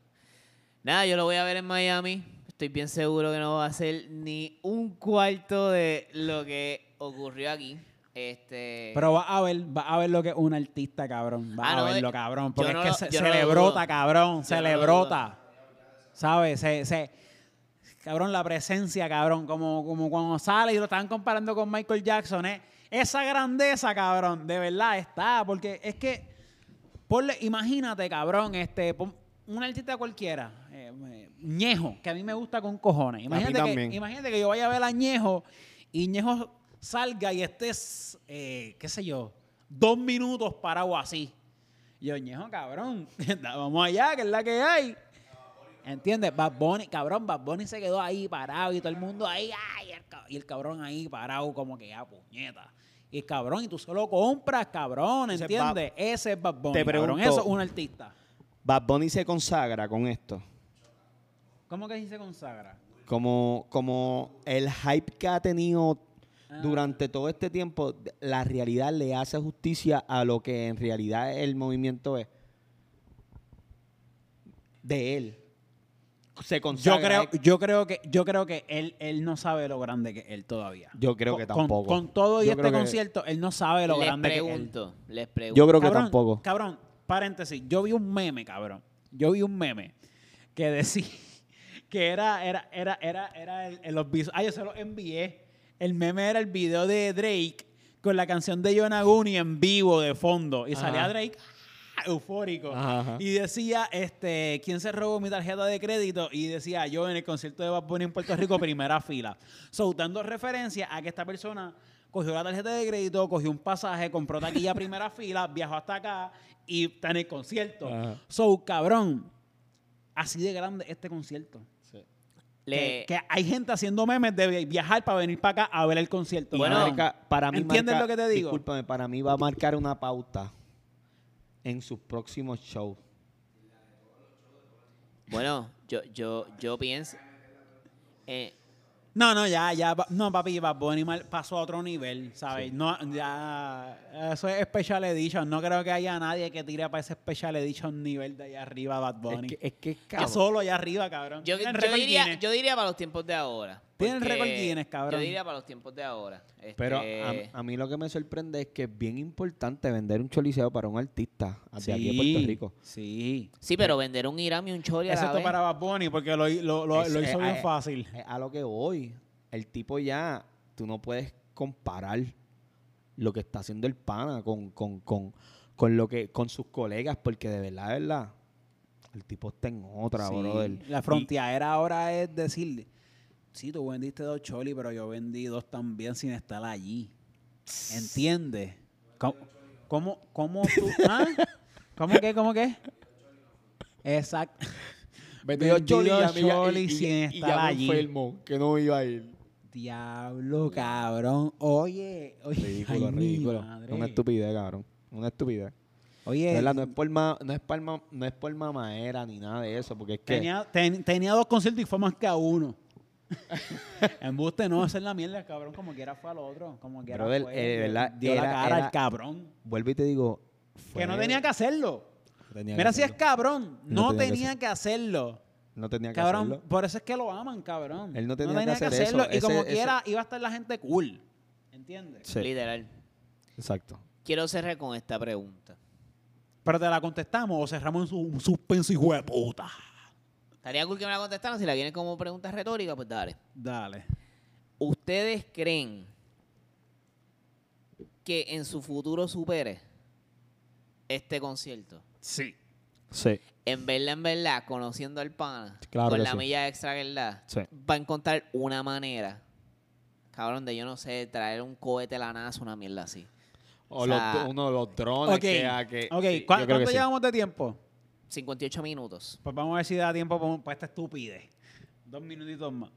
S1: Nada, yo lo voy a ver en Miami. Estoy bien seguro que no va a ser ni un cuarto de lo que ocurrió aquí. Este.
S3: Pero vas a ver, vas a ver lo que es un artista, cabrón. Vas
S1: Ah,
S3: a
S1: no,
S3: verlo,
S1: eh,
S3: cabrón.
S1: yo
S3: Porque
S1: no
S3: es que
S1: lo-
S3: se,
S1: yo
S3: se
S1: no
S3: le
S1: lo dudo.
S3: brota, cabrón.
S1: Yo
S3: se
S1: no
S3: le
S1: lo
S3: brota. ¿Sabes? Se, se, Cabrón, la presencia, cabrón. Como, como cuando sale y lo estaban comparando con Michael Jackson, ¿eh? Esa grandeza, cabrón, de verdad está. Porque es que, ponle, imagínate, cabrón, este, pon- un artista cualquiera, eh, eh, Ñejo, que a mí me gusta con cojones. Imagínate
S2: también.
S3: que, imagínate que yo vaya a ver a Ñejo y Ñejo salga y estés, eh, qué sé yo, dos minutos parado así. Yo, Ñejo, cabrón, vamos allá, que es la que hay. ¿Entiendes? Bad Bunny, cabrón, Bad Bunny se quedó ahí parado y todo el mundo ahí, ay, el ca- y el cabrón ahí parado como que ya, puñeta. Y cabrón, y tú solo compras, cabrón,
S2: Ese es Bad-
S3: ¿entiendes? Ese es Bad Bunny.
S2: Te
S3: cabrón.
S2: pregunto-
S3: Eso es un artista.
S2: Bad Bunny se consagra con esto.
S3: ¿Cómo que sí se consagra?
S2: Como, como el hype que ha tenido durante todo este tiempo, d- la realidad le hace justicia a lo que en realidad el movimiento es. De él. Se
S3: Yo
S2: consagra.
S3: creo, yo creo que, yo creo que él, él no sabe lo grande que él todavía.
S2: Yo creo
S3: Con-
S2: que
S3: con-
S2: tampoco.
S3: Con, todo y
S2: Yo
S3: este
S2: creo que-
S3: concierto, él no sabe lo
S1: Les
S3: grande que él.
S1: pregunto, les pregunto.
S2: Yo creo que
S3: Cabrón,
S2: tampoco.
S3: Cabrón, paréntesis. Yo vi un meme, cabrón. Yo vi un meme que decía que era, era, era, era, era el, el- los vis- Ah, yo se los envié. El meme era el video de Drake con la canción de John Aguni en vivo de fondo. Y salía
S2: Ajá.
S3: Drake ah, eufórico.
S2: Ajá, ajá.
S3: Y decía, este, ¿quién se robó mi tarjeta de crédito? Y decía, yo en el concierto de Bad Bunny en Puerto Rico, primera fila. So, dando referencia a que esta persona cogió la tarjeta de crédito, cogió un pasaje, compró taquilla primera fila, viajó hasta acá y está en el concierto.
S2: Ajá.
S3: So, cabrón, así de grande este concierto.
S1: Le-
S3: Que, que hay gente haciendo memes de viajar para venir para acá a ver el concierto.
S1: Bueno,
S3: cabrón.
S2: Marca- para mí
S3: ¿entiendes
S2: marca-
S3: lo que te digo?
S2: Discúlpame, para mí va a marcar una pauta en sus próximos shows.
S1: Bueno, yo, yo, yo pienso. eh,
S3: No, no, ya, ya. pa- No, papi, Bad Bunny mal- pasó a otro nivel, ¿sabes? No, ya. Eso es Special Edition. No creo que haya nadie que tire para ese Special Edition nivel de allá arriba, Bad Bunny.
S2: Es que, es que,
S3: Ya
S2: cabrón,
S3: solo allá arriba, cabrón.
S1: yo,
S3: Tienen
S1: yo
S3: récord
S1: diría,
S3: Guinness.
S1: yo diría para los tiempos de ahora.
S3: Tienen
S1: porque
S3: récord Guinness, cabrón.
S1: Yo diría para los tiempos de ahora.
S2: Pero
S1: Este,
S2: a, a mí lo que me sorprende es que es bien importante vender un choliseo para un artista de aquí de
S3: Sí,
S2: Puerto Rico.
S3: Sí.
S1: sí, pero vender un Irán y un Chori a la
S3: Excepto
S1: vez.
S3: para Bad Bunny, porque lo, lo- lo-
S2: Es-
S3: lo hizo
S2: eh,
S3: bien
S2: eh,
S3: fácil.
S2: Es a lo que voy. El tipo ya, tú no puedes comparar lo que está haciendo el pana con, con, con, con lo que, con sus colegas, porque de verdad, de verdad, el tipo está en otra,
S3: Sí,
S2: brother.
S3: La fronteadera ahora es decir, sí, tú vendiste dos choli, pero yo vendí dos también sin estar allí. ¿Entiendes? ¿Cómo, cómo, cómo tú? ¿Ah? ¿Cómo qué? ¿Cómo qué? Exacto.
S2: Vendí dos cholis y a mí ya-
S3: cholis
S2: y- y-
S3: sin
S2: y ya
S3: estar
S2: me
S3: allí.
S2: enfermo, que no iba a ir.
S3: Diablo, cabrón. Oye, oye.
S2: Ridículo,
S3: ay, mi
S2: ridículo.
S3: madre.
S2: Una estupidez, cabrón. Una estupidez.
S3: Oye,
S2: De verdad, no es por ma- no es por ma- no es por mamadera ni nada de eso, porque es que
S3: Tenía, ten- tenía dos conciertos y fue más que a uno. Embuste no, esa es la mierda, cabrón. Como quiera fue al otro. Como quiera
S2: Brother,
S3: fue.
S2: eh, de verdad,
S3: dio la
S2: era-
S3: cara
S2: era-
S3: al cabrón.
S2: vuelvo y te digo,
S3: Que
S2: fue-
S3: no tenía que hacerlo.
S2: tenía que
S3: Mira si es
S2: hacerlo.
S3: cabrón. No,
S2: No tenía que
S3: tenía que, hacerlo.
S2: no tenía que
S3: Cabrón,
S2: hacerlo.
S3: por eso es que lo aman, cabrón.
S2: Él no tenía que hacer eso.
S3: Y
S2: Ese-
S3: como
S2: ese-
S3: quiera, iba a estar la gente cool. ¿Entiendes?
S2: Sí,
S1: Literal.
S2: exacto.
S1: Quiero cerrar con esta pregunta.
S3: Pero te la contestamos o cerramos en un suspenso, hijo de puta.
S1: Estaría cool que me la contestaran. Si la quieren como pregunta retórica, pues dale.
S3: Dale.
S1: ¿Ustedes creen que en su futuro supere este concierto?
S3: Sí.
S2: Sí.
S1: En verdad, en verdad, conociendo al pana,
S2: Claro
S1: con
S2: que
S1: la
S2: sí.
S1: milla extra que él da,
S2: Sí.
S1: va a encontrar una manera, cabrón, de yo no sé, traer un cohete a la NASA, una mierda así.
S2: O,
S1: O sea,
S2: los, uno de los drones
S3: Ok.
S2: que, ah, que-
S3: Ok,
S2: sí, yo
S3: ¿cu-
S2: creo que
S3: ¿cuánto
S2: sí.
S3: llevamos de tiempo?
S1: 58 minutos.
S3: Pues vamos a ver si da tiempo para, para esta estupidez. Dos minutitos más.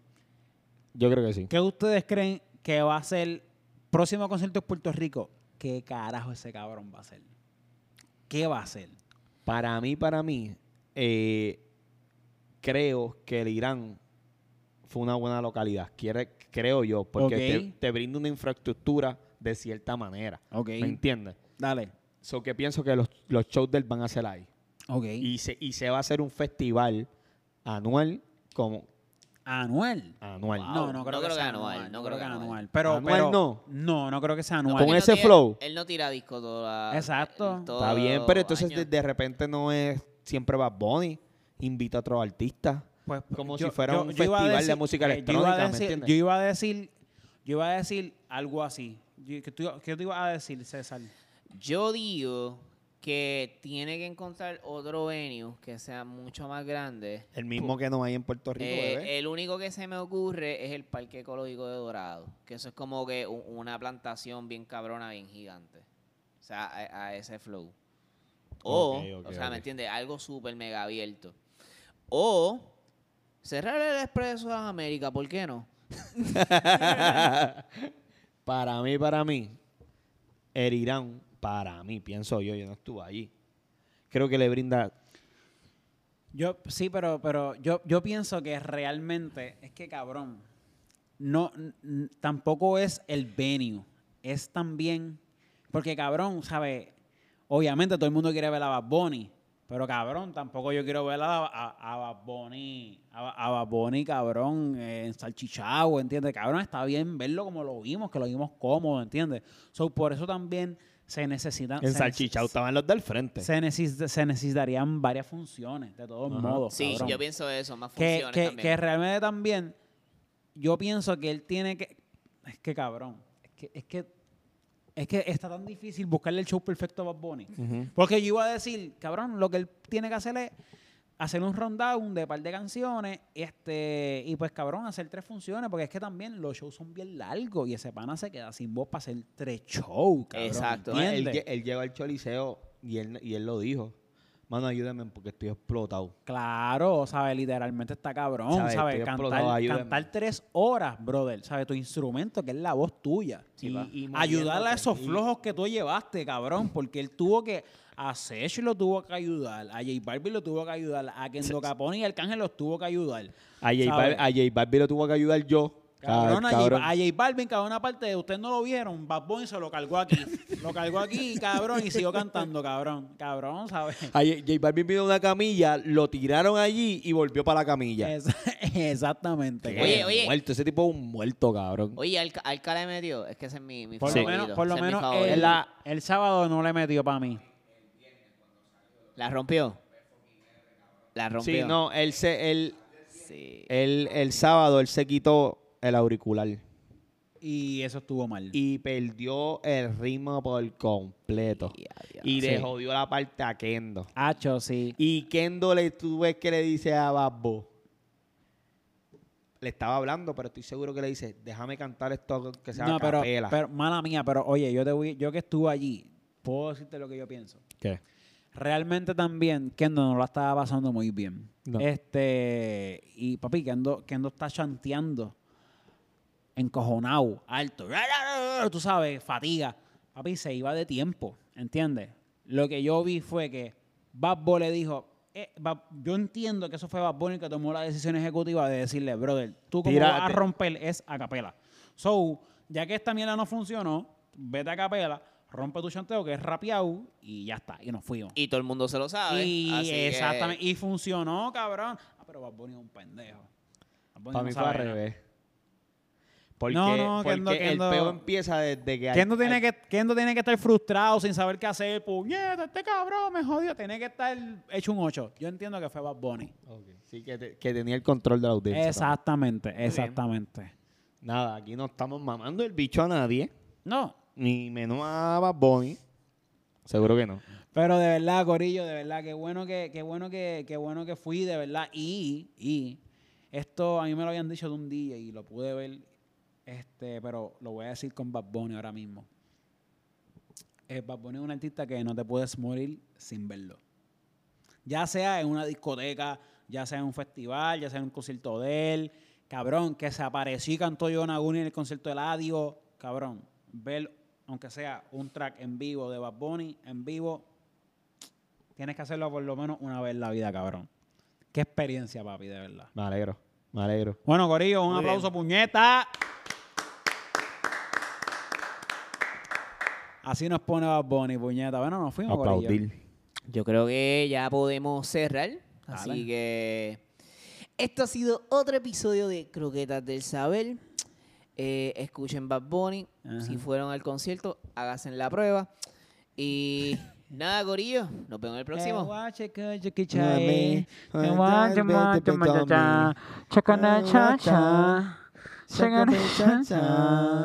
S2: Yo creo que sí.
S3: ¿Qué ustedes creen que va a ser próximo concierto en Puerto Rico? ¿Qué carajo ese cabrón va a hacer? ¿Qué va a hacer?
S2: Para mí, para mí, eh, creo que el Irán fue una buena localidad. Quiere, creo yo, porque
S3: Ok.
S2: te, te brinda una infraestructura de cierta manera.
S3: Ok.
S2: ¿Me entiendes?
S3: Dale.
S2: So que pienso que los, los shows del van a ser ahí.
S3: Ok.
S2: Y se, y se va a hacer un festival anual como
S3: Anual.
S2: anual.
S1: Wow.
S3: No, no creo, que, sea anual. No creo que sea anual. Pero,
S2: Anual
S3: pero-
S2: no.
S3: No, no creo que sea
S1: Porque
S3: anual.
S2: Con
S1: él
S2: ese
S1: tira-
S2: flow.
S1: Él no tira disco toda
S3: Exacto.
S1: todo
S2: Está bien, pero entonces
S1: año.
S2: de, de repente no es siempre Bad Bunny. Invita a otro artista.
S3: pues,
S2: Como
S3: yo-
S2: si fuera
S3: yo-
S2: un
S3: yo iba a
S2: festival de
S3: decir-
S2: música
S3: eh, yo iba a
S2: electrónica, ¿me
S3: decir-
S2: entiendes?
S3: Yo iba a decir, yo iba a decir algo así. Yo- ¿Qué tú, qué tú ibas a decir, César?
S1: Yo digo que tiene que encontrar otro venue que sea mucho más grande.
S2: El mismo que no hay en Puerto Rico,
S1: Eh,
S2: bebé.
S1: el único que se me ocurre es el Parque Ecológico de Dorado, que eso es como que u- una plantación bien cabrona, bien gigante. O sea, a, a ese flow. O,
S2: Ok, ok,
S1: o sea,
S2: ok.
S1: ¿me entiendes? Algo súper mega abierto. O cerrar el Expreso a América, ¿por qué no?
S2: Para mí, para mí, el Irán, para mí, pienso yo, yo no estuve allí. Creo que le brinda.
S3: Yo, sí, pero, pero yo, yo pienso que realmente, es que cabrón, no, n- n- tampoco es el venue, es también, porque cabrón, ¿sabes? Obviamente todo el mundo quiere ver a Bad Bunny, pero cabrón, tampoco yo quiero ver a, a, a Bad Bunny, a, a Bad Bunny, cabrón, eh, en salchichao, ¿entiendes? Cabrón, está bien verlo como lo vimos, que lo vimos cómodo, ¿entiendes? So, por eso también se necesitan...
S2: En
S3: Ah, se-
S2: Salchichao estaban los del frente.
S3: se, necesi- se necesitarían varias funciones, de todos
S2: Este. Ajá.
S3: modos.
S1: Sí,
S3: cabrón.
S1: yo pienso eso, más
S3: que,
S1: funciones
S3: que-
S1: también.
S3: que realmente también, yo pienso que él tiene que. Es que cabrón. Es que, es que, es que está tan difícil buscarle el show perfecto a Bad Bunny.
S2: Ujú.
S3: Porque yo iba a decir, cabrón, lo que él tiene que hacer es hacer un rundown de par de canciones este y pues cabrón hacer tres funciones porque es que también los shows son bien largos y ese pana se queda sin voz para hacer tres shows cabrón,
S1: Exacto.
S2: No, él,
S3: ¿entiendes?
S2: lle- él lleva el choliseo y él, y él lo dijo. Mano, ayúdame porque estoy explotado.
S3: Claro, ¿sabes? Literalmente está cabrón,
S2: ¿Sabes?
S3: ¿sabes?
S2: Estoy explotado,
S3: Cantar,
S2: ayúdame.
S3: cantar tres horas, brother, ¿sabes? Tu instrumento, que es la voz tuya.
S2: Sí,
S3: Y-
S2: pa.
S3: y ayudarle a esos
S2: Y-
S3: flojos que tú llevaste, cabrón, porque él tuvo que... A Sesh lo tuvo que ayudar, a J Barbie lo tuvo que ayudar, a Kendo Capone y Arcángel los tuvo que ayudar.
S2: A J,
S3: ¿Sabes?
S2: Bal- a J Balvin lo tuvo que ayudar yo.
S3: Cabrón, a J-
S2: Cabrón.
S3: a J Balvin, cada una parte de ustedes no lo vieron, Bad Bunny se lo cargó aquí, lo cargó aquí, cabrón, y siguió cantando, cabrón, cabrón, ¿sabes?
S2: A J, J Balvin vino a una camilla, lo tiraron allí y volvió para la camilla.
S3: Es- exactamente.
S2: Sí,
S3: cabrón.
S1: Oye, oye.
S2: Muerto, ese tipo es un muerto, cabrón.
S1: Oye, Alca- Alcalá me dio, es que ese es mi, mi
S3: Por
S2: Sí.
S3: lo menos,
S1: favorito,
S3: por lo
S1: ese es mi
S3: menos eh,
S1: favorito.
S3: el,
S1: la...
S3: el sábado no le metió para mí.
S1: rompió. La rompió.
S2: sí, no, él, se, él,
S1: Sí.
S2: él- el sábado él se quitó el auricular
S3: Y eso estuvo mal.
S2: y perdió el ritmo por completo.
S1: Ya, ya.
S2: Y le
S3: Sí.
S2: jodió la parte a Kendo.
S3: Hacho, sí.
S2: Y Kendo le tú ves que le dice a Babbo. Le estaba hablando, pero estoy seguro que le dice, déjame cantar esto que sea
S3: No,
S2: a
S3: pero,
S2: capela".
S3: pero, mala mía, pero oye, yo te voy, yo que estuve allí, puedo decirte lo que yo pienso.
S2: ¿Qué?
S3: Realmente también Kendo no la estaba pasando muy bien.
S2: No.
S3: Este, y papi, Kendo, Kendo está chanteando, encojonado, alto, tú sabes, fatiga. Papi, se iba de tiempo, ¿entiendes? Lo que yo vi fue que Bad Bunny le dijo, eh, Bad- yo entiendo que eso fue Bad Bunny que tomó la decisión ejecutiva de decirle, brother, tú como
S2: Tira-
S3: vas a
S2: te-
S3: romper es a capela. So, ya que esta mierda no funcionó, vete a capela, rompe tu chanteo que es rapeado y ya está, y nos fuimos.
S1: Y todo el mundo se lo sabe.
S3: Y
S1: así que-
S3: exactamente. Y funcionó, cabrón. Ah, pero Bad Bunny es un pendejo. Bad
S2: Para
S3: Bunny Pues no
S2: mí fue
S3: sabe
S2: al
S3: nada.
S2: revés. Porque,
S3: No, no,
S2: porque
S3: Kendo- Kendo-
S2: el peo empieza desde que...
S3: Kendo tiene, que, Kendo tiene que estar frustrado sin saber qué hacer. Puñeta, este cabrón me jodió. Tiene que estar hecho un 8. Yo entiendo que fue Bad Bunny.
S2: Ok, Sí, que, te- que tenía el control de la audiencia.
S3: Exactamente, exactamente.
S2: también. Nada, aquí no estamos mamando el bicho a nadie,
S3: No,
S2: ni menos a Bad Bunny. Seguro que no.
S3: Pero de verdad, Corillo, de verdad, qué bueno que, qué bueno que, qué bueno que fui, de verdad. Y, y esto a mí me lo habían dicho de un día y lo pude ver, este, pero lo voy a decir con Bad Bunny ahora mismo. Eh, Bad Bunny es un artista que no te puedes morir sin verlo. Ya sea en una discoteca, ya sea en un festival, ya sea en un concierto de él. Cabrón, que se apareció y cantó John Aguni en el concierto de Ladio. Cabrón, ver, aunque sea un track en vivo de Bad Bunny, en vivo, tienes que hacerlo por lo menos una vez en la vida, cabrón. Qué experiencia, papi, de verdad.
S2: Me alegro, me alegro.
S3: Bueno, Corillo, un
S1: Muy bien.
S3: aplauso, puñeta. Así nos pone Bad Bunny, puñeta. Bueno, nos fuimos, Corillo.
S2: Aplaudir.
S1: Yo creo que ya podemos cerrar. Así
S3: Dale.
S1: que esto ha sido otro episodio de Croquetas del Saber. Eh, escuchen Bad Bunny.
S3: Ajá.
S1: Si fueron al concierto, háganse la prueba. Y Nada, Gorillo. Nos vemos en el
S3: Eh,
S1: próximo.
S3: guache, que yo que
S4: Know what I mean?
S3: chae. Eh, guache, guache,
S4: Typical me.
S3: cha, cha. Chacana, cha, cha.
S4: Cha-cha-cha-cha.